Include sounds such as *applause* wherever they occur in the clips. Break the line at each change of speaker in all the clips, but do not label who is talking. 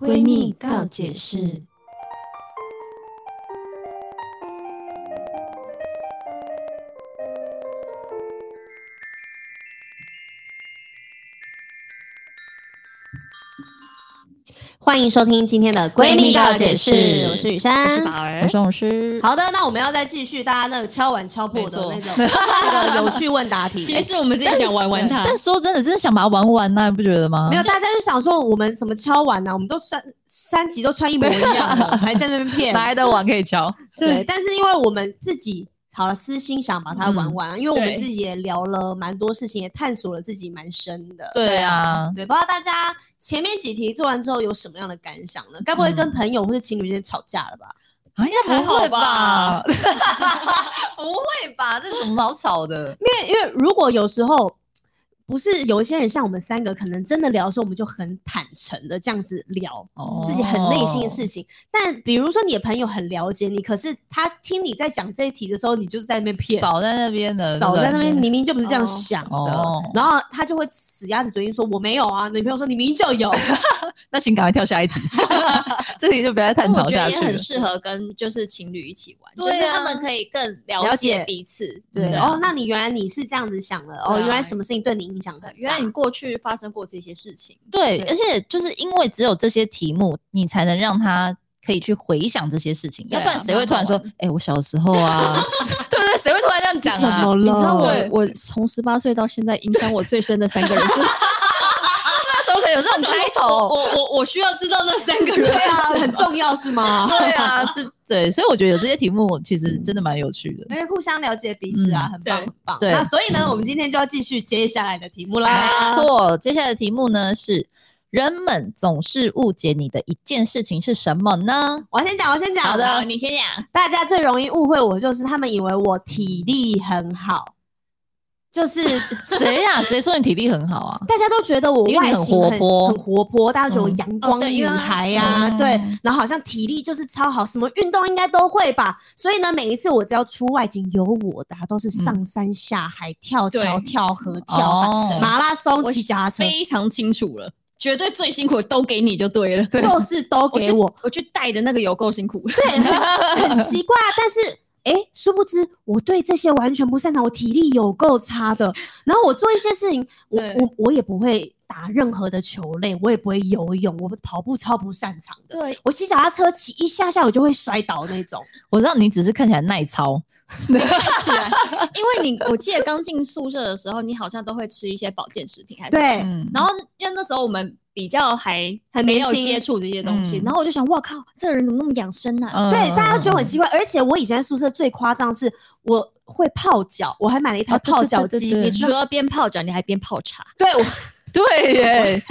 闺蜜告解释。欢迎收听今天的闺蜜告解释，我是雨
我是
珊，
宝儿
我，是老师，
好的，那我们要再继续大家那个敲碗敲破
没
的
错
那种那个有趣问答题。
其
*laughs*
实是我们自己想玩玩它，
但说真的，真的想把它玩完呐、你不觉得吗？
没有，大家就想说我们什么敲碗啊呢、我们都三三集都穿一模一样的，还在那边骗。
哪来的碗可以敲？
对，但是因为我们自己好了，私心想把它玩完，因为我们
对
自己也聊了蛮多事情，也探索了自己蛮深的。
对啊，
对，不知道大家前面几题做完之后有什么样的感想呢？该不会跟朋友或是情侣之间吵架了吧？
啊应该
还好
不会
吧
吧？ *laughs* 不会吧？这怎么好吵的？
因为因为如果有时候不是有一些人像我们三个，可能真的聊的时候，我们就很坦诚的这样子聊。
哦
自己很内心的事情，但比如说你的朋友很了解你，可是他听你在讲这一题的时候，你就是在那边骗，
少在那边的，
少
对不对
在那边明明就不是这样想的，
哦
然后他就会死鸭子嘴硬说我没有啊，女朋友说你明明就
*laughs*
有，
那请赶快跳下一 *laughs* 题，这题就不要再探
但我
讨
觉
下
得
去
也
了
很。适合跟就是情侣一起玩，就
对啊
是他们可以更
了
了
解
解彼此。
对，
啊
哦，那你原来你是这样子想的，
对
哦，
啊
原来什么事情对你影响很大，
原来你过去发生过这些事情，
对，
对
而且就是因为只有这些题目，你才能让他可以去回想这些事情，
对
要
啊
不然谁会突然说
蛮好：“
哎、我小时候啊， *laughs* 对不对？谁会突然这样讲啊？”
了
你知道我
哎
对
我从十八岁到现在，影响我最深的三个人
*laughs*
是
那时候可能有这种开
*laughs*
头。
我我我需要知道那三个
对
人。
*laughs* 啊，很重要是吗？
*laughs* 对啊，这对，所以我觉得有这些题目其实真的蛮有趣的。
因为互相了解彼此啊，
嗯
很棒
对
很棒。
对哎
那所以呢，我们今天就要继续接下来的题目啦。
没错，接下来的题目呢是：人们总是误解你的一件事情是什么呢？
我先讲，我先讲。呃
好的，你先讲。
大家最容易误会我，就是他们以为我体力很好，就是？
谁呀、 *laughs* 谁说你体力很好啊
大家都觉得我
因为你
外
很
形
活
很
泼
很活泼，大家觉得我
嗯
阳光
哦对
女
因为
孩呀、
嗯
对，然后好像体力就是超好，什么运动应该都会吧。所以呢，每一次我只要出外景，有我的、啊、都是上山下海、跳桥、
对
跳河、跳海、
嗯哦
马拉松、
我
骑脚踏车，
非常清楚了，绝对最辛苦的都给你就对了。
就是都
我
给
去
我，
我去带的那个有够辛苦。
对， *laughs* 很很奇怪啊。但是，哎、殊不知我对这些完全不擅长，我体力有够差的。然后我做一些事情，我
对
我我也不会打任何的球类，我也不会游泳，我跑步超不擅长的。
对，
我骑脚踏车骑一下下我就会摔倒那种，
我知道你只是看起来耐操，
是啊， *laughs* 因为你我记得刚进宿舍的时候，你好像都会吃一些保健食品还是什么
对，
嗯，
然后因为那时候我们比较还
很
没
年
有
轻
接触这些东西，
嗯
然后我就想，哇靠，这个人怎么那么养生啊？
嗯
对，大家觉得我很
嗯
奇怪。而且我以前宿舍最夸张的是我会泡脚，我还买了一台
哦对
泡
对
脚
对
机。
对
你 *laughs*
对
除了边泡脚，你还边泡茶。
对我，
对耶，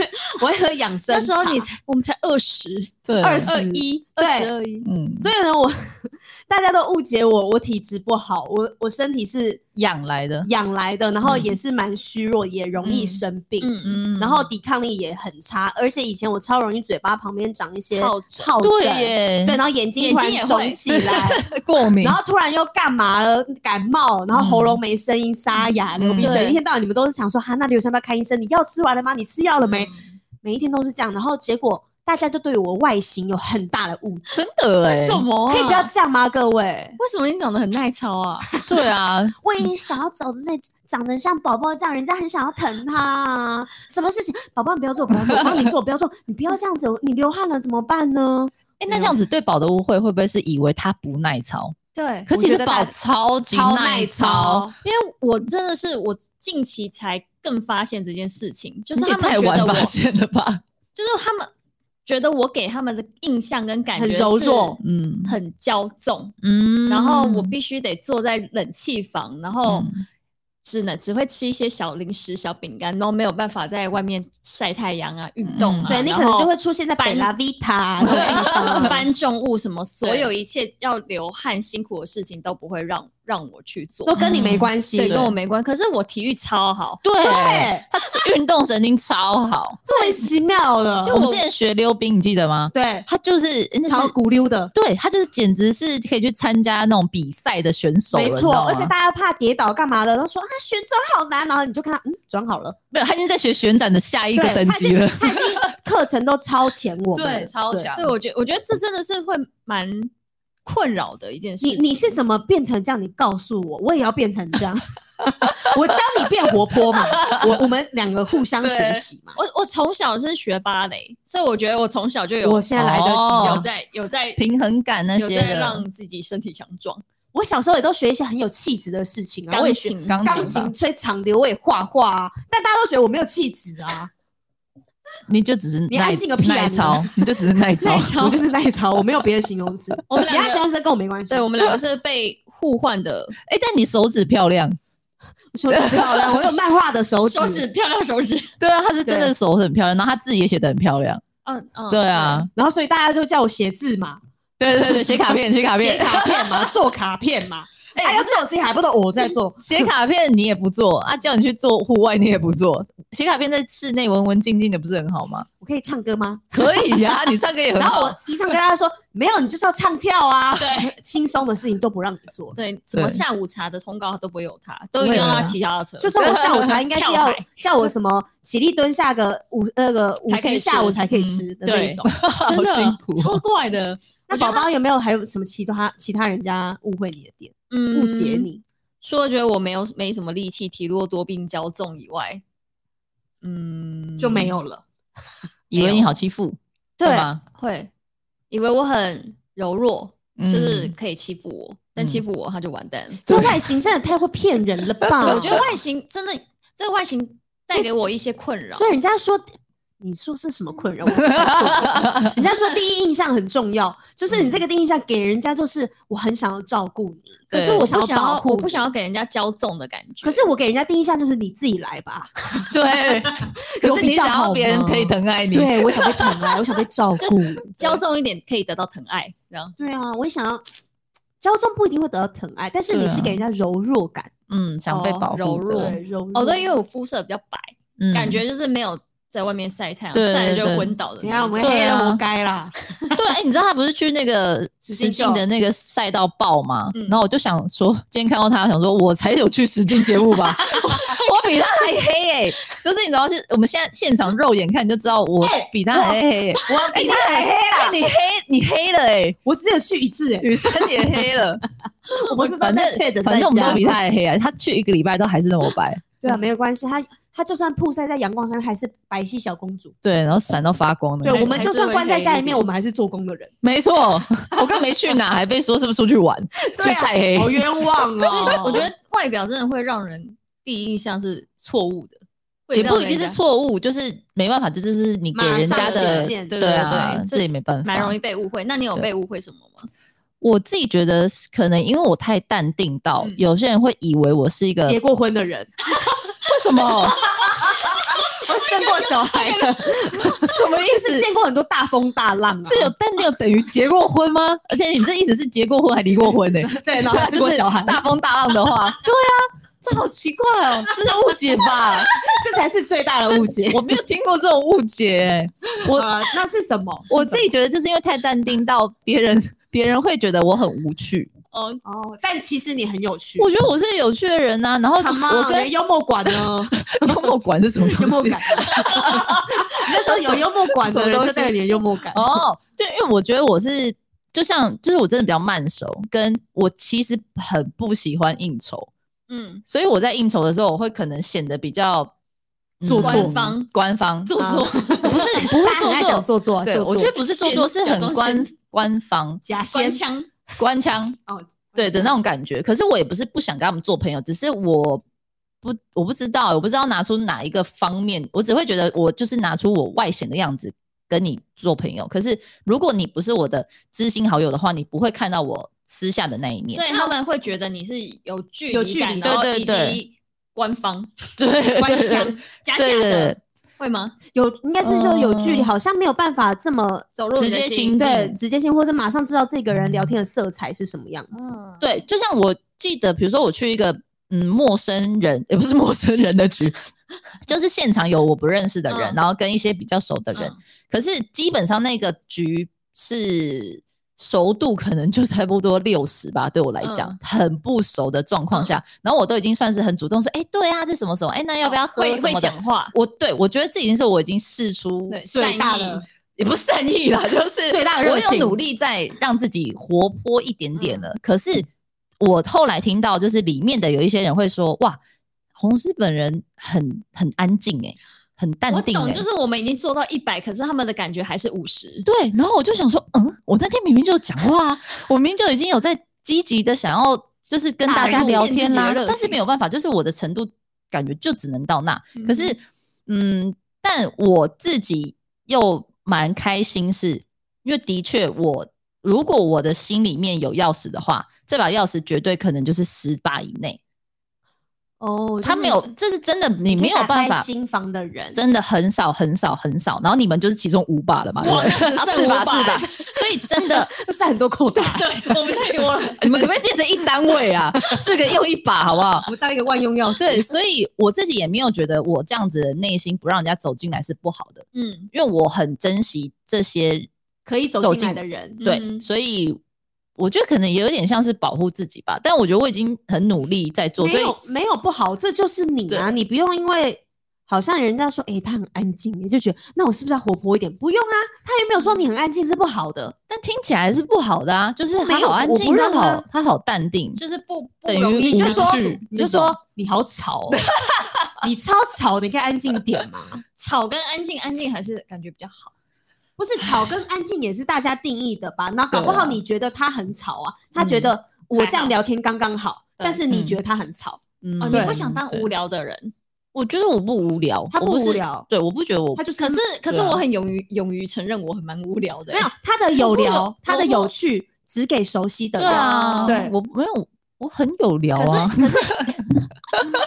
我会喝养生
那
茶。
时候你才我们才二十
对，
*laughs* 二十
二一
对
二十二一，
嗯，
所以呢，我 *laughs* 大家都误解我，我体质不好，我我身体是
养来的，
养来的，然后
嗯
也是蛮虚弱，也容易生病，
嗯，
嗯
然后抵抗力也很差，而且以前我超容易嘴巴旁边长一些
疱疹
疱
对
疹，
耶，
对，然后眼
嗯
睛
眼
突
睛也
然肿
会
起
*laughs*
来，
过敏
然，后突然又干嘛了？感冒，然后喉咙没声音，沙哑，流鼻水，
嗯对
一天到晚你们都是想说，哈，那刘三要看医生，你药吃完了吗？你吃药了
嗯
没？每一天都是这样，然后结果大家就对我外形有很大的误解，
真的哎，
么啊
可以不要这样吗？各位？
为什么你长得很耐操啊？
对啊，
我也想要找那长得像宝宝这样，人家很想要疼他啊。什么事情，宝宝你不要做，不要做，我帮你做，不要做，你不要这样子，你流汗了怎么办呢？
哎，那这样子对宝的误会会不会是以为他不耐操？
对，
可
我
其
觉
实
得
宝
他
超级耐操，，
因为我真的是我近期才更发现这件事情，就是
你也
他们
太
觉得
晚
我
发，现了吧？
就是他们觉得我给他们的印象跟感觉
很柔
是
弱
*laughs*
嗯
很骄纵，
嗯
然后我必须得坐在冷气房，然后
嗯
只能只会吃一些小零食、小饼干，然后没有办法在外面晒太阳啊、运动啊。
嗯对你
然
可能
后
就会出现在
搬
北拉维 *laughs* 塔
对搬重物什么，所
对
有一切要流汗辛苦的事情都不会让让我去做
都，跟你没
嗯
关系，
对，跟我没关。可是我体育超好，
对
对，
他是运动神经超
*laughs*
好。
莫名其妙的，
就我们之前学溜冰，你记得吗？
对，
他就是那
超
是
骨溜的。
对他就是简直是可以去参加那种比赛的选手了，
没
你知
错，
道吗
而且大家怕跌倒干嘛的，都说啊旋转好难，然后你就看他嗯转好了，
没有他已经在学旋转的下一个
对
等级了，
他已经课程都超前我们了，
超强
对我觉我觉得这真的是会蛮困扰的一件事
你
情。
你是怎么变成这样？你告诉我，我也要变成这样。 *laughs* 我教你变活泼嘛，我我们两个互相学习嘛。
我我从小是学芭蕾，所以我觉得我从小就有
我现在来得及
哦
有
哦。
在有在
平衡感那
有
些
在
的。
让自己身体强壮。
我小时候也都学一些很有气质的事情啊，我
钢
也学
琴，
钢
钢
琴吧
琴、吹长笛，我也画画啊。但大家都觉得我没有气质啊，
你就只是
你
耐
安静个屁啊
耐
你
操，你就只是耐操
*laughs*
耐。操
我就是耐操，我没有别的形容词。
*laughs* 我们
其他
两个
学生跟我没关系。
对我们两个是被互换的
哎，但你手指漂亮，
手指漂亮，我有漫画的手指。
手指，漂亮手指。
对啊，他是真的手很漂亮，然后他字也写的很漂亮。
*laughs* 嗯嗯，
对啊，
然后所以大家就叫我写字嘛，
对对对，写卡片，写卡
写
片，
卡片嘛，做卡片嘛。哎，要这种事情还不都我在做？
写卡片你也不做啊，叫你去做户外你也不做，写卡片在室内文文静静的不是很好吗？
我可以唱歌吗？
可以呀、 *laughs* 你唱歌也很
*laughs* 然
好
后
*laughs*
我。一上跟大家说，没有，你就是要唱跳啊，
对
轻松的事情都不让你做。
对，什么
对
下午茶的通告都不会有他，都一定要他骑脚踏车。
就算我下午
*laughs*
茶，应该是
跳
要
海
叫我什么起立蹲下个五那个五
才可以
十
吃嗯
下午才可以吃的那
对
一种。
*laughs* 真的
好辛苦哦
超怪的。
那宝宝有没有还有什么其他其他人家误会你的点，
嗯，
误解你？
除了觉得我没有没什么力气，体弱多病、骄纵以外，嗯，
就没有了。
以为你好欺负，
对
吧？
会以为我很柔弱，
嗯
就是可以欺负我，但
嗯
欺负我他就完蛋了。
这外形真的啊太会骗人了吧？
我觉得，外形真的，这个外形带给我一些困扰。
所以人家说。你说是什么困扰？我不知道 *laughs* 人家说第一印象很重要，就是你这个第一印象给人家就是我很想要照顾你，
可是
对
我
我想
不
要
想要
保，护
我不
你
想要给人家骄纵的感觉。
可是我给人家第一印象就是你自己来吧，
*laughs* 对，
有
可是
比
你
较
想
好
要别人
吗
可以疼爱你，
对我想被疼啊爱，我想被照顾。
骄纵一点可以得到疼爱，这样
对啊，我也想要骄纵不一定会得到疼爱，但是你
对啊
是给人家柔弱感，
嗯，想被
哦
保护的，
柔弱
对柔弱。
哦对，因为我肤色比较白，
嗯
感觉就是没有在外面晒太阳，
对
晒了
对
就
对
昏倒的
你
那
看我
种。
们
对
黑人
啊
活该啦，
*laughs* 对，哎、你知道他不是去那个
实
实
境
境的那个赛道报吗？
嗯
然后我就想说，今天看到他，想说我才有去实境节目
*laughs*
吧，我我比他还黑哎、就是你知道，是我们现在现场肉眼看你就知道我
哎
比他还黑、欸，
我 *laughs*
哎、你还黑啦、你黑你黑了哎、
我只有去一次哎，
雨珊也黑
*laughs*
了，
我不是都
反
在
正
确诊
反
在
正我们
家
都比
吗
他还黑啊，他去一个礼拜都还是那么白，
对啊，没有关系，他他就算曝晒在阳光上面，还是白皙小公主。
对，然后闪到发光的
对，
还
我
那种，
们
还
就是算
会
关在
黑
家
一
里面，
点
我们还是做工的人，
没错，我刚没去哪，还被说是不是出去
*laughs*
玩，
啊
去晒黑，
好冤 *laughs* 枉哦。
啊我觉得外表真的会让人第一印象是错误的，会
也不
让
一定是
人家
错误，就是没办法，这就是你给人家
马上
的
显，现
对
对对
啊，
对
这也没办法，
蛮容易。被误会。那你有
对
被误会什么吗？
我自己觉得是可能因为我太淡定到，
嗯
有些人会以为我是一个
结过婚的人，
为什么
*laughs* 我生过小孩的，
*laughs* 什么意
就是
思？
见过很多大风大浪啊。
这有淡定有等于结过婚吗？而且你这意思是结过婚还离过婚呢、啊
对， *laughs* 啊然后还
就
生过
是
小孩，
大风大浪的话，对啊，这好奇怪哦，这是误解
*laughs*
吧？
这才是最大的误 *laughs* 解。
我没有听过这种误解欸、我
呃，那是什 *laughs* 么？
我
是什
自己觉得就是因为太淡定到别人别人会觉得我很无趣，
哦，
么哦，但其实你很有趣。
我觉得我是有趣的人呐、然后
他妈，
我
我的
跟
幽默感 *laughs* 呢？
幽默感是什么
幽
东
默
西
感？，你就说有幽默感的人就代表你的幽默感。
*laughs* 哦，对，因为我觉得我是就像就是我真的比较慢熟，跟我其实很不喜欢应酬，
嗯，
所以我在应酬的时候，我会可能显得比较。
嗯
嗯
做作
官方
官方
做
啊
作，
*laughs*
不是不
他很爱
会做
讲
作，
做作啊，
对
做
我觉
作
得不是做作，是
假
很
装
官
先
官方
假先
官腔，
官腔
哦，
对的那种感觉。可是我也不是不想跟他们做朋友，只是我不我不知道，我不知道拿出哪一个方面，我只会觉得我就是拿出我外显的样子跟你做朋友。可是如果你不是我的知心好友的话，你不会看到我私下的那一面
所。以他们会觉得你是有距
有
离
距
感，
离
然后
对对
以
对
及官方
*laughs* 对对
官
对
腔假假
对对
的，会吗？
有应该是说有距离，
嗯
好像没有办法这么
走入
直
你的
接
心
行
对
进
直接性，或者马上知道这个人聊天的色彩是什么样子。
嗯，
对，就像我记得，比如说我去一个嗯陌生人，也不是陌生人的局， *laughs* 就是现场有我不认识的
嗯
人，然后跟一些比较熟的人，
嗯
可是基本上那个局是。熟度可能就差不多六十吧，对我来讲，
嗯
很不熟的状况下，然后我都已经算是很主动说，哎、对啊，这什么什么，哎、那要不要喝
哦会
什
会
么的？
讲话？
我对我觉得这已经是我已经试出
对
最
善
大
意
的，也不是善意啦，就是
最大的热
我有
情
努力在让自己活泼一点点
嗯
了。可是我后来听到，就是里面的有一些人会说，哇，红师本人很很安静哎、很淡
我
定哎、
懂，就是我们已经做到一百，可是他们的感觉还是五十。
对，然后我就想说，嗯，我那天明明就讲话、啊，我明明就已经有在积极的想要就是跟大家
展
聊
现自
天
己的
啦
热，
但是
情
没有办法，就是我的程度感觉就只能到那。可 *laughs* 是，嗯，但我自己又蛮开心是，因为的确我如果我的心里面有钥匙的话，这把钥匙绝对可能就是十把以内，
哦，
他没有，这是真的，你没有办法。
新房的人，
真的很少很少很少，然后你们就是其中五把了嘛，对不
哇
对？啊
那只剩
四 *laughs* 把
五把
四把
欸，
所以真的
占很多口
*laughs*
袋，
对我们太多了， *laughs*
你们可不可以变成一单位啊？四个用一把，好不好？
我当一个万用钥匙。
对，所以我自己也没有觉得我这样子的内心不让人家走进来是不好的，
嗯，
因为我很珍惜这些，
可以走
走
进来
进
的人，
对，
嗯
所以我觉得可能也有点像是保护自己吧。但我觉得我已经很努力在做，所
没
以
有没有不好，这就是你啊，你不用因为。好像人家说，诶，他很安静，你就觉得那我是不是要活泼一点？不用啊，他也没有说你很安静是不好的，哦
但听起来是不好的啊，就是
没
他
有
好安
我不
静，他
认啊
好他好淡定，
就是不不
等于
容易
你
无
相
就说
趣
你就
这种
说你好吵、哦，你超吵，你可以安静点嘛。
吵跟安静，安静还是感觉比较好。
不是吵跟安静也是大家定义的吧？那搞不
对啊
好你觉得他很吵啊，他觉得我这样聊天刚刚好，
对
但是你觉得他很吵，
嗯
哦，你
对
不想当无，聊的人，
我觉得我不无聊，
他
我
不
是
无聊
对，我不觉得我
他就是
可是可是
对啊
我很勇于勇于承认我很蛮无聊的
没。有他的有
我
聊
我，
他的有趣只给熟悉的
对
人，
啊，
对
我没有，我很有聊啊，
他梗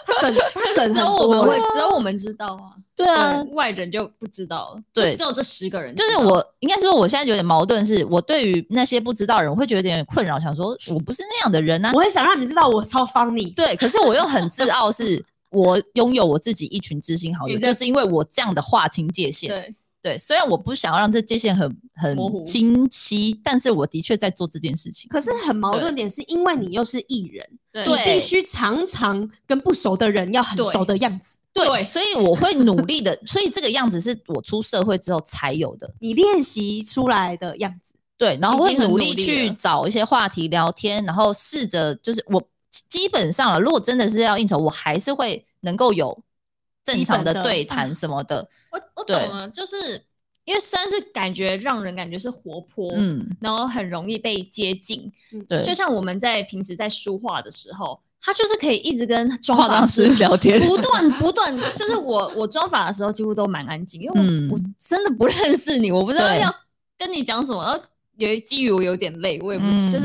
他梗
*laughs*
很
只有我们
多
会
欸。，
只有我们知道啊。
对啊，
对外人就不知道了。
对
就只有这十个人知
就
道。
是我应该说，我现在有点矛盾，是我对于那些不知道的人，我会觉得有点困扰，想说我不是那样的人啊。
我很想让你们知道我超方你，
对，可是我又很自傲，是我拥有我自己一群知心好友，
你在
就是因为我这样的划清界限。
对，
对，虽然我不想要让这界限很很
模糊
清晰，但是我的确在做这件事情。
可是很矛盾点是因为你又是艺人，
对
你
对
必须常常跟不熟的人要很
对
熟的样子，
对，所以我会努力的，所以这个样子是我出社会之后才有的。
你练习出来的样子。
对，然后
已
会
经很努
努力
力
去
了
找一些话题聊天，然后试着就是我基基本上了，啊如果真的是要应酬，我还是会能够有正
基
常
本
的
的
对
啊
谈什么的，
我我懂
对
了，就是因为三是感觉让人感觉是活泼，
嗯，
然后很容易被接近。
对，
就像我们在平时在书画的时候，他就是可以一直跟妆
化妆师聊 *laughs* 天，
不断不断，就是我我妆法的时候几乎都蛮安静，因为我,、
嗯
我真的不认识你，我不知道
对
要跟你讲什么。然后有一基于我有点累，我也不、
嗯
就是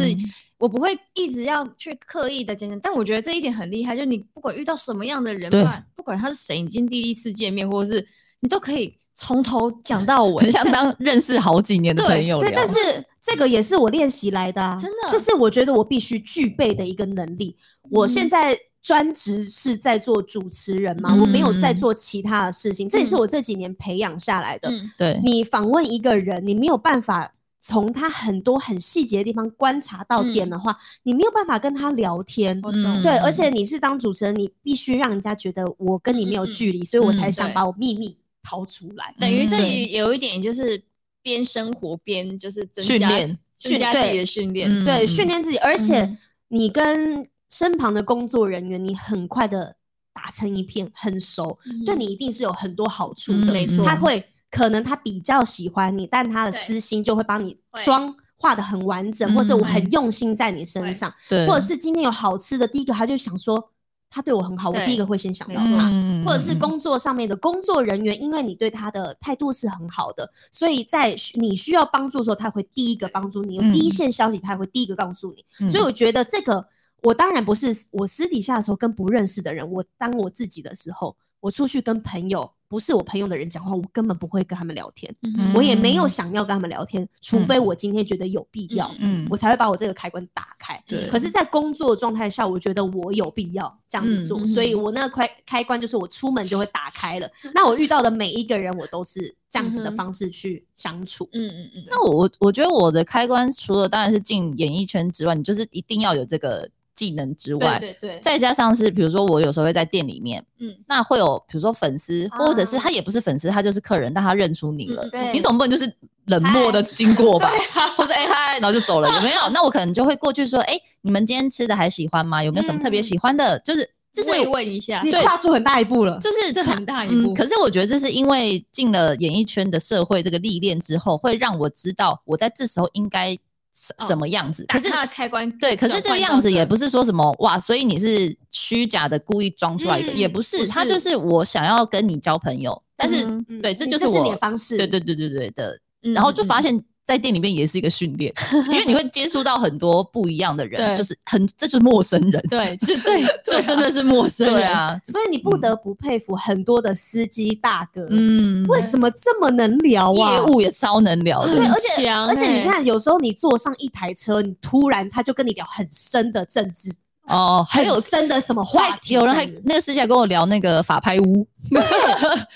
我不会一直要去刻意的讲讲，但我觉得这一点很厉害，就是你不管遇到什么样的人，不
对
管不管他是谁，你今天第一次见面，或者是你都可以从头讲到尾
*laughs* 很。像当认识好几年的
对
朋友
对，
聊
但是这个也是我练习来的、啊，
真的
这是我觉得我必须具备的一个能力。我
嗯
现在专职是在做主持人嘛，
嗯
我没有在做其他的事情，这也是我这几年培养下来的。
嗯，
对，
你访问一个人，你没有办法从他很多很细节的地方观察到点
嗯
的话，你没有办法跟他聊天。
我懂。
嗯
对，而且你是当主持人，你必须让人家觉得我跟你没有
嗯
距离，所以我才想
对
把我秘密掏出来。
等于这
嗯
里有一点就是边生活边就是增
训
加
练，
增加
训
自己
对
的训练。
嗯
对，
嗯
训练自己，而且
嗯
你跟身旁的工作人员，你很快的打成一片，很熟，对
嗯
你一定是有很多好处
嗯
的。
没错
他会可能他比较喜欢你，但他的
对
私心就会帮你
会
妆画的很完整，或是
嗯
我很用心在你身
会
上，
对，
或者是今天有好吃的，第一个他就想说他对我很好，我
对
第一个会先想
没
到
错
他。
嗯
或者是工作上面的工作人员，因为你对他的态度是很好的，所以在需你需要帮助的时候，他会第一个帮助你；有
嗯
第一线消息，他会第一个告诉你。
嗯
所以我觉得这个，我当然不是我私底下的时候跟不认识的人，我当我自己的时候，我出去跟朋友，不不是我朋友的人讲话，我根本不会跟他们聊天，
嗯
我也没有想要跟他们聊天，除非我今天觉得有必要，
嗯
我才会把我这个开关打开。
对
可是，在工作状态下，我觉得我有必要这样子做，
嗯
所以我那个开开关就是我出门就会打开了。那我遇到的每一个人，我都是这样子的
嗯哼
方式去相处。
嗯嗯嗯，
那我我觉得我的开关除了当然是进演艺圈之外，你就是一定要有这个技能之外，
对对
再加上是比如说我有时候会在店里面，
嗯
嗯，那会有比如说粉丝，或者是
啊
他也不是粉丝，他就是客人，但他认出你
嗯
了，
对
你总不能就是冷漠的经过吧？或者哎嗨，然后就走了，有没
*laughs*
有？那我可能就会过去说，哎、你们今天吃的还喜欢吗？有没有什么特别
嗯
喜欢的？ *laughs* 就是这是
慰问一下，
*laughs*
你跨出很大一步了，
就是
这
他
很大一步
嗯，可是我觉得这是因为进了演艺圈的社会这个历练之后，会让我知道我在这时候应该什
哦
什么样子。
打
可是
岔开关
对，可是这个样子也不是说什么哇，所以你是虚假的故意装出来的，
嗯
也不是，
不
他
是
就是我想要跟你交朋友，但是、
嗯
嗯
对这
你
就是
这是
我
你的方式。
对对对对对的，
嗯
然后就发
嗯
现。在店里面也是一个训练，因为你会接触到很多不一样的人，
对
就是很这就是陌生
*laughs*
人，
对，是
*laughs*
对，就真的是陌生
对
人，
啊，
所以你不得不佩服很多的司机大哥，
嗯，
为什么这么能聊啊？
业务也超能聊的，
对，而且
哦强
而且你
欸
看，有时候你坐上一台车，你突然他就跟你聊很深的政治，
哦，还有
很深的什么
还
话题，
有人还
这样子
那个师姐跟我聊那个法拍
*laughs*
屋，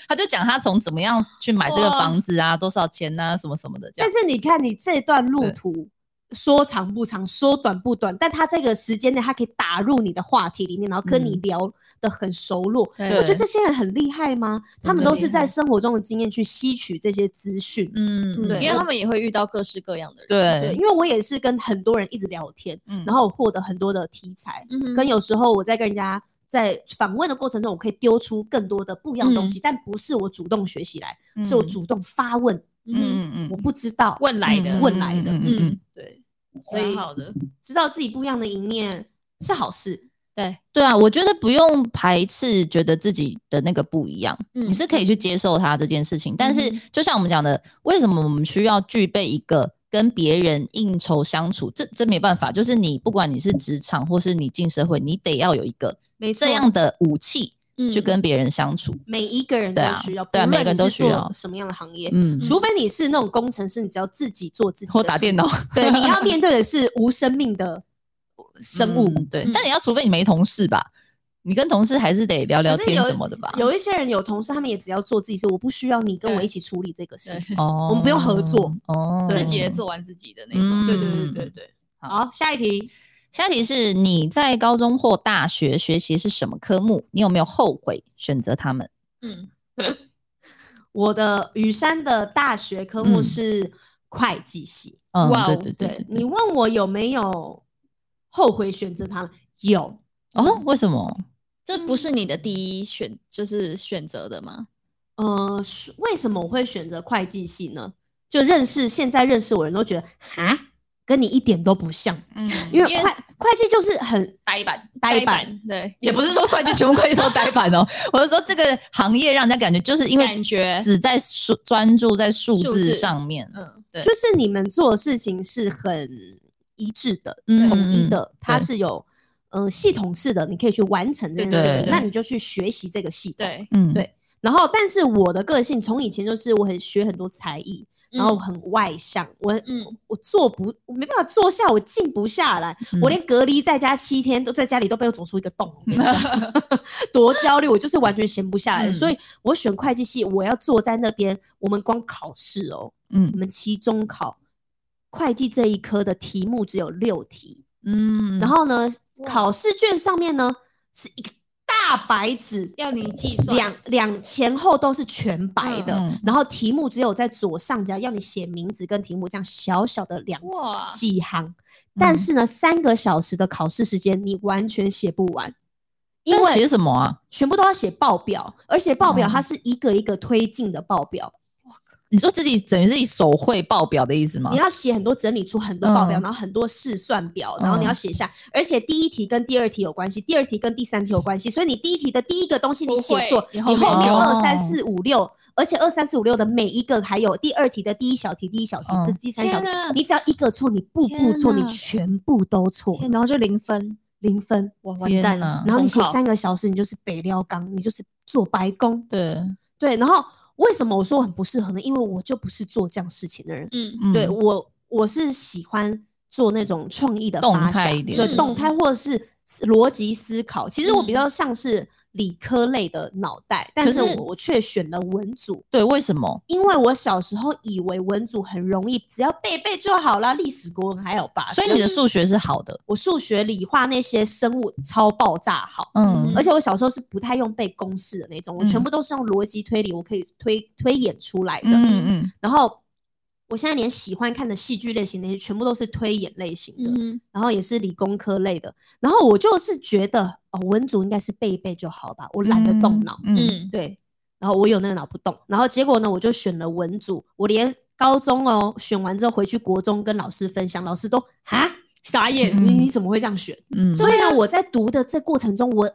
他就讲他从怎么样去买这个
哇
房子啊，多少钱啊，什么什么的这样
但。是你看，你这段路
对
途说长不长，说短不短，但他这个时间内，他可以打入你的话题里面，然后跟你聊得很熟络。
对
我觉得这些人很厉害吗？他们
的
都是
厉害
在生活中的经验去吸取这些资讯。
嗯，
对
因为他们也会遇到各式各样的人，
对，
对，
因为我也是跟很多人一直聊天，
嗯
然后我获得很多的题材，
嗯哼，
跟有时候我在跟人家在访问的过程中，我可以丢出更多的不一样的东西，但不是我主动学习来，是我
嗯
主动发问，
嗯
嗯嗯
我不知道，
问来的
嗯
问来
嗯
的
嗯
嗯
嗯，
对，所
蛮
以
好的，
知道自己不一样的一面是好事。
对，
对啊，我觉得不用排斥，觉得自己的那个不一样，你
嗯
是可以去接受它这件事情。但是
嗯
就像我们讲的，为什么我们需要具备一个跟别人应酬相处？这这没办法，就是你不管你是职场或是你进社会，你得要有一个
没错
这样的武器
嗯
去跟别人相处。
每一个人都
对啊
需要，
对啊
不论
每个人
你是
都需要
做什么样的行业，
嗯，
除非你是那种工程师，你只要自己做自己的事，
或打电脑
对，你
*laughs*
要面对的是无生命的生物。
嗯对
嗯，
但你要除非你没同事吧，你跟同事还是得聊聊
可是
天
有
什么的吧。
有一些人有同事，他们也只要做自己事，我不需要你跟我
对
一起处理这个事。
对
哦，
我们不用合作
哦，
对
自己也做完自己的那种，
嗯
对对对对对。好，下一题，
下一题是你在高中或大学学习是什么科目？你有没有后悔选择他们？
嗯，
我的雨山的大学科目
嗯
是会计系。
嗯，
哇哦
对对
对
对
你问我有没有后悔选择他们，有，
哦，为什么？
这不是你的第一选，就是选择的吗？
呃，是为什么我会选择会计系呢？就认识现在认识我的人都觉得，哈，跟你一点都不像，
嗯，
因为
因为
会会计就是很
呆板，
呆板。
板，对，
*laughs* 也不是说会计全部会计都呆板
*laughs*
哦，我是说这个行业让人家感觉就是因为
感觉，
只在数专注在数
数
字
字
上面，
嗯，
对
就是你们做的事情是很一致的、
嗯
统一
嗯
的，它
对
是有嗯、呃系统式的，你可以去完成这
对
件事
对
情，
对
那你就去学习这个系统。
对，
嗯，
对然后，但是我的个性从以前就是我很学很多才艺，然后
嗯
很外向，我很
嗯
我坐不，我没办法坐下，我静不下来，
嗯
我连隔离在家七天都在家里都被我走出一个洞，我跟你
*laughs*
讲多焦虑，我就是完全闲不下来，
嗯
所以我选会计系，我要坐在那边，我们光考试哦，
嗯
我们期中考会计这一科的题目只有六题，
嗯，
然后呢，
哇
考试卷上面呢是一个大白纸，
要你计算，
两两前后都是全白的，
嗯嗯
然后题目只有在左上角要你写名字跟题目，这样小小的两
哇
几行。但是呢，三个小时的考试时间你完全写不完，因
那
为嗯
写什么啊？
全部都要写报表，而且报表
哦
它是一个一个推进的报表，
你说自己等于自己手绘报表的意思吗
你？要写很多整理出很多报表，
嗯
然后很多试算表，然后你要
嗯
写下，而且第一题跟第二题有关系，第二题跟第三题有关系，所以你第一题的第一个东西你
不
写
会
错，
你
你后
后面
面
就
二三
哦
四五六，而且二三四五六的每一个还有第二题的第一小题、第一小题、
嗯
这第三小题
天哪，
你只要一个错，你步步
天
错，你
哪
全部都错，
天，然后就零分，
零分。
哇，完
天
蛋
哪
了，
然后你写
重考
三个小时，你就是北撩岗，你就是做白工。
对，
对，然后为什么我说我很不适合呢？因为我就不是做这样事情的人。
嗯，
嗯
对我，我是喜欢做那种创意的
动
发
态
想
一点
对
嗯
动态或者是思逻辑思考。其实我比
嗯
较像是理科类的脑袋，但
可
是
是
我我却选了文组，
对，为什么？
因为我小时候以为文组很容易，只要背背就好啦，历史、国文还有吧。
所以你的数学是好的，
我数学、理化那些生物超爆炸好。
嗯
而且我小时候是不太用背公式的那种，我全
嗯
部都是用逻辑推理，我可以推推演出来的。
嗯嗯，
然后我现在连喜欢看的戏剧类型那些，全部都是推演类型的，
嗯
然后也是理工科类的。然后我就是觉得，哦，文组应该是背一背就好吧，我懒得动脑。
嗯，嗯，
嗯，
对，然后我有那个脑不动，然后结果呢，我就选了文组，我连高中哦选完之后回去国中跟老师分享，老师都哈。
傻眼，
你
嗯
你怎么会这样选？
嗯
所以呢，我在读的这过程中，我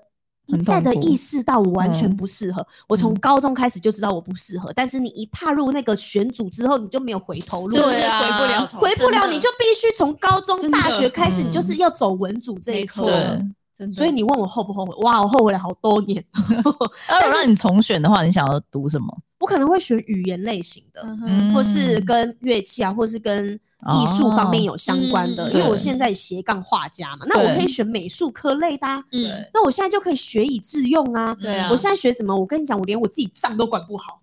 一
很
再的
痛苦
意识到我完全
嗯
不适合。我从
嗯
高中开始就知道我不适合，但是你一踏入那个选组之后，你就没有回头路
真
了，
的
对
是
啊
回不了头，
回不了，你就必须从高中、
真的
大学开始，你就
嗯
是要走文组这一
没
科
错
了。
对。
真的，
所以你问我后不后悔？哇，我后悔了好多
*laughs*
年。
那如果让你重选的话，你想要读什么？
我可能会选语言类型的，
嗯哼
嗯，哦
或是跟乐器啊，或是跟艺术方面有相关的，
哦嗯
因为我
对
现在斜杠画家嘛，那我可以
对
选美术科类的、啊，
嗯，
那我现在就可以学以致用啊。
对啊，
我现在学什么？我跟你讲，我连我自己账都管不
*laughs*
好，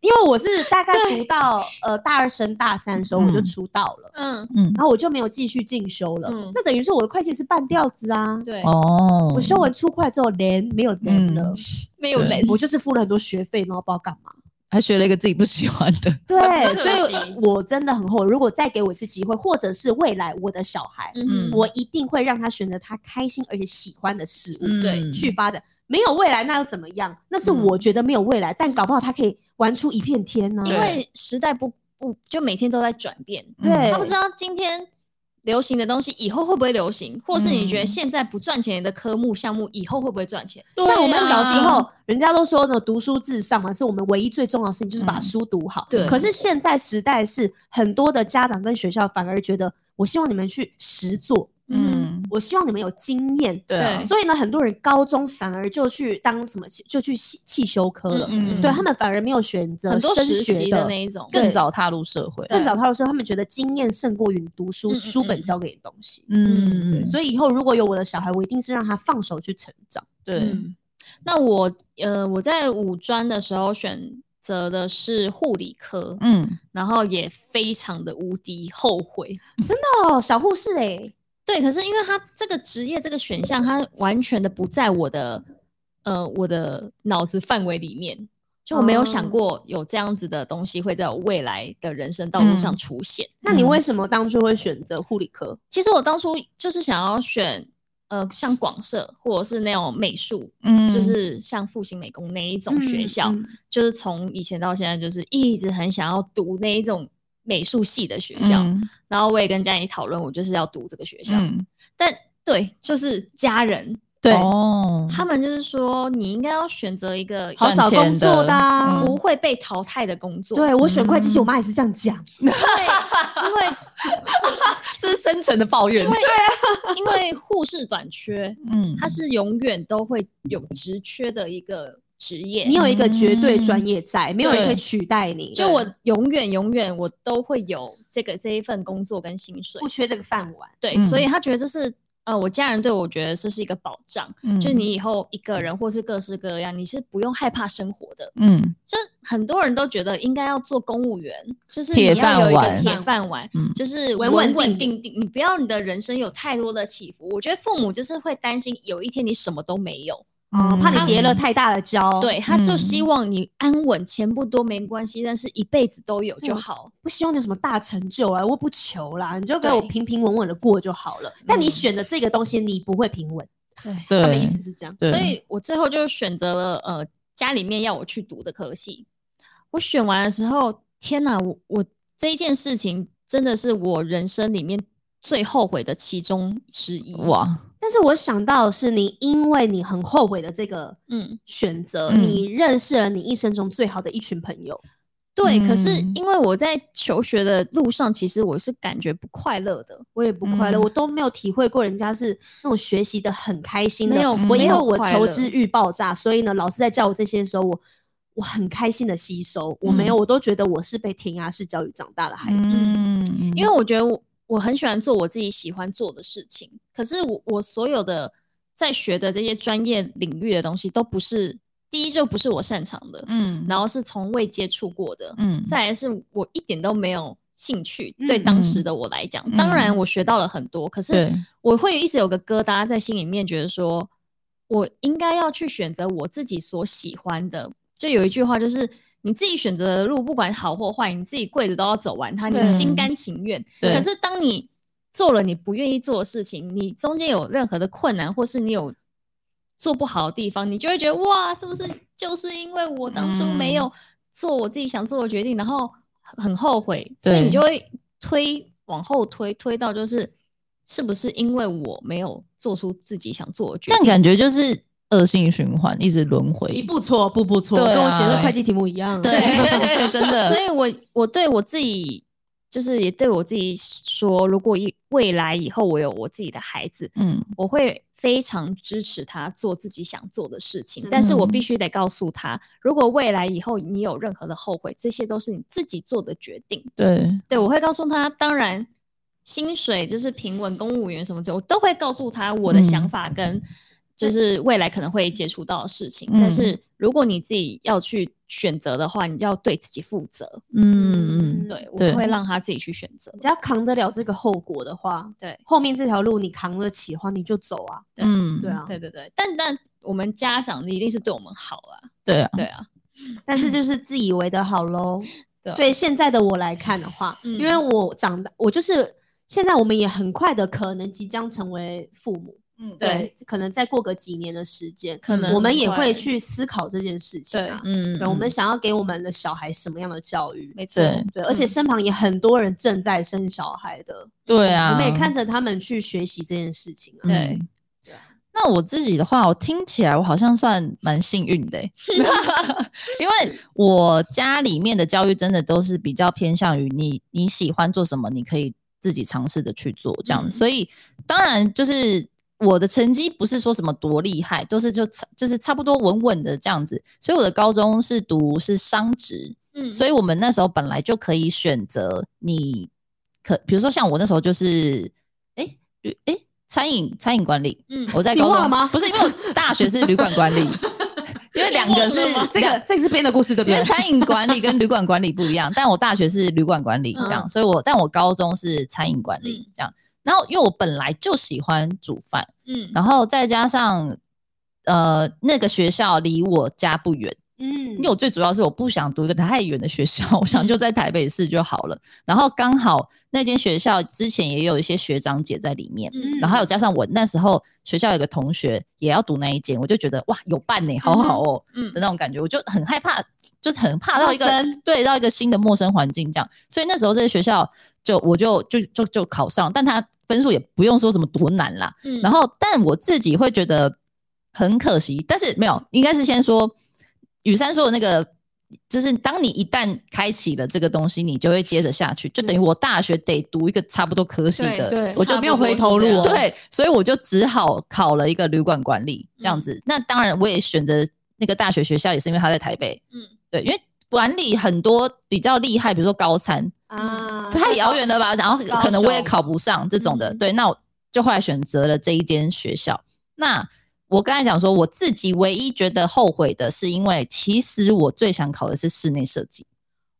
因为我是大概读到呃大二升大三的时候我就
嗯
出道了，
嗯，
嗯
然后我就没有继续进修了。
嗯
那等于是我的会计是半吊子啊。
对，
哦，
我修完初会之后，连没有
嗯
连了，
没有
对
人，
我就是付了很多学费，然后不知道干嘛。
还学了一个自己不喜欢 *laughs* 的，
对，
可
所以
惜
我真的很后悔。如果再给我一次机会，或者是未来我的小孩，
嗯
我一定会让他选择他开心而且喜欢的事物、
嗯
对
去发展。没有未来那又怎么样？那是
嗯
我觉得没有未来，但搞不好他可以玩出一片天呢、
因为时代不不就每天都在转变，
对
他不知道今天流行的东西以后会不会流行，或是你觉得
嗯
现在不赚钱的科目项目以后会不会赚钱？
像我们
对啊
小时候，人家都说呢，读书至上嘛，是我们唯一最重要的事情，就是把
嗯
书读好。
对
可是现在时代是很多的家长跟学校反而觉得，我希望你们去实做，
嗯，
我希望你们有经验。
对啊
对
所以呢，很多人高中反而就去当什么，就去汽汽修科了。
嗯
对他们反而没有选择
很多
升
实
学
习的那一种，
对
更早踏入社会，
更早套的时候，他们觉得经验胜过于你读书
嗯嗯
书本
嗯
教给你的东西。
嗯，
对，所以以后如果有我的小孩，我一定是让他放手去成长。
对，
嗯，那我呃我在五专的时候选择的是护理科，
嗯，
然后也非常的无敌后悔。
哦，小护士哎、
对，可是因为它这个职业这个选项，它完全的不在我的呃我的脑子范围里面，就我没有
哦
想过有这样子的东西会在我未来的人生道路上
嗯
出现。
那你
嗯
为什么当初会选择护理科？
其实我当初就是想要选呃像广设或者是那种美术，
嗯，
就是像复兴美工那一种学校，
嗯嗯
就是从以前到现在就是一直很想要读那一种美术系的学校。
嗯
然后我也跟家里讨论，我就是要读这个学校，
嗯，
但。对，就是家人
对，
哦，
他们就是说，你应该要选择一个
好
赚
找工
钱的
作的啊、
嗯
不会被淘汰的工作。
对我选会计
嗯
系，我妈也是这样讲。
对，因为
这是深层的抱怨
因为因为护士短缺，
嗯，
它是永远都会有职缺的一个职业。
你有一个绝对专
嗯
业在，没有人可以
对
取代你。
就我永远永远我都会有这个这一份工作跟薪水
不。缺这个饭碗。
对，
嗯
所以他觉得这是呃，我家人对我觉得这是一个保障，
嗯
就是，你以后一个人或是各式各样，你是不用害怕生活的。
嗯
就很多人都觉得应该要做公务员，就是
铁
你要有一
饭
个
碗
铁饭碗，
嗯
就是
稳
稳
稳
稳
定
定定。你不要你的人生有太多的起伏。我觉得父母就是会担心有一天你什么都没有，
哦，怕你
嗯
叠了太大的跤，
对，他就
嗯
希望你安稳，钱不多没关系，但是一辈子都有
嗯
就好。
不希望你有什么大成就啊，我不求啦，你就给我
对
平平稳稳的过就好了。但你
嗯
选的这个东西，你不会平稳，
对，
他的意
对
思是这样。
*laughs*
对，
所以我最后就选择了呃家里面要我去读的科系。我选完的时候，天哪，我我这一件事情真的是我人生里面最后悔的其中之一。，
哇，
但是我想到的是你，因为你很后悔的这个
嗯，
选择，
嗯
你认识了你一生中最好的一群朋友。
对。可是
嗯
因为我在求学的路上，其实我是感觉不快乐的。
我也不快乐，
嗯
我都没有体会过人家是那种学习的很开心的。
没有
我因
没
为
有
我
快
求
乐
知欲爆炸，所以呢，老师在教我这些的时候，我我很开心的吸收，我
嗯
没有，我都觉得我是被填鸭式教育长大的孩子。
嗯，
因为我觉得我我很喜欢做我自己喜欢做的事情，可是我我所有的在学的这些专业领域的东西，都不是第一就不是我擅长的，
嗯，
然后是从未接触过的，
嗯，
再来是我一点都没有兴趣。
嗯
对当时的我来讲，
嗯
当然我学到了很多，可是
对，
我会一直有个疙瘩在心里面，觉得说我应该要去选择我自己所喜欢的。就有一句话就是。你自己选择的路，不管好或坏，你自己跪着都要走完它，
对
你心甘情愿。
对
可是当你做了你不愿意做的事情，你中间有任何的困难，或是你有做不好的地方，你就会觉得哇，是不是就是因为我当初
嗯
没有做我自己想做的决定，然后很后悔，所以
对
你就会推往后推，推到就是是不是因为我没有做出自己想做的决
这样
定？
感觉就是恶性循环，一直轮回。
步错，步步错
对啊
跟我写的会计题目一样。
对， *laughs* 真的。
所以我我对我自己。就是也对我自己说，如果以未来以后我有我自己的孩子，
嗯，
我会非常支持他做自己想做的事情
真，
但是我
的
必须得告诉他，如果未来以后你有任何的后悔，这些都是你自己做的决定。
对，
对我会告诉他，当然薪水就是平稳，公务员什么之类，我都会告诉他我的
嗯
想法跟就是未来可能会接触到的事情。但
嗯
是如果你自己要去选择的话，你要对自己负责。
嗯嗯，
对，我
对
会让他自己去选择。
只要扛得了这个后果的话，
对，
后面这条路你扛得起的话，你就走啊。
嗯，
对啊，
对对对，但但我们家长一定是对我们好啦。
对啊，
对啊，
但是就是自以为的好喽。
对
所以现在的我来看的话，
嗯
因为我长大，我就是现在我们也很快的可能即将成为父母，
嗯，
对，
可能再过个几年的时间，
可能
我们也
很快
会去思考这件事情啊。
嗯，
对，我们哦想要给我们的小孩什么样的教育？
没错，
对
对，而且身旁也很多人正在生小孩的，
对啊，
我们也看着他们去学习这件事情啊。
对
嗯那我自己的话，我听起来我好像算蛮幸运
*laughs*
的欸、因为我家里面的教育真的都是比较偏向于你你喜欢做什么，你可以自己尝试的去做这样子。
嗯
所以当然就是我的成绩不是说什么多厉害，都、是就差就是差不多稳稳的这样子。所以我的高中是读是商职，
嗯，
所以我们那时候本来就可以选择你可，比如说像我那时候就是，哎、旅哎、餐饮餐饮管理，
嗯
我在
你
高
忘了
中
吗
不是因为我大学是旅馆管
*laughs*
理，因为两个是
这
两
个这个是编的故事，对不
因为
对？
餐饮管理跟旅馆管理不一样，但我大学是旅馆管理
嗯
这样，所以我但我高中是餐饮管理这样。然后因为我本来就喜欢煮饭，
嗯，
然后再加上呃那个学校离我家不远，
嗯
因为我最主要是我不想读一个太远的学校，我想就在台北市就好了。然后刚好那间学校之前也有一些学长姐在里面，
嗯
然后还有加上我那时候学校有个同学也要读那一间，我就觉得哇有伴呢、好好哦、
嗯
的那种感觉，我就很害怕，就是很怕到一个
陌生
对到一个新的陌生环境这样。所以那时候这些学校就我就就就就考上，但他分数也不用说什么多难啦，
嗯
然后，但我自己会觉得很可惜，但是没有，应该是先说雨珊说的那个，就是当你一旦开启了这个东西，你就会接着下去，就等于我大学得读一个差不多科系
对
的，
对，
我就
就没有回头路哦
差不多是这样
对，所以我就只好考了一个旅馆管理这样子。那当然，我也选择那个大学学校，也是因为他在台北，
嗯，
对，因为管理很多比较厉害，比如说高餐，
啊，
嗯太遥远了吧？然后
高
可能我也
雄
考不上这种的，
嗯
对，那我就后来选择了这一间学校。那我刚才讲说，我自己唯一觉得后悔的是，因为其实我最想考的是室内设计。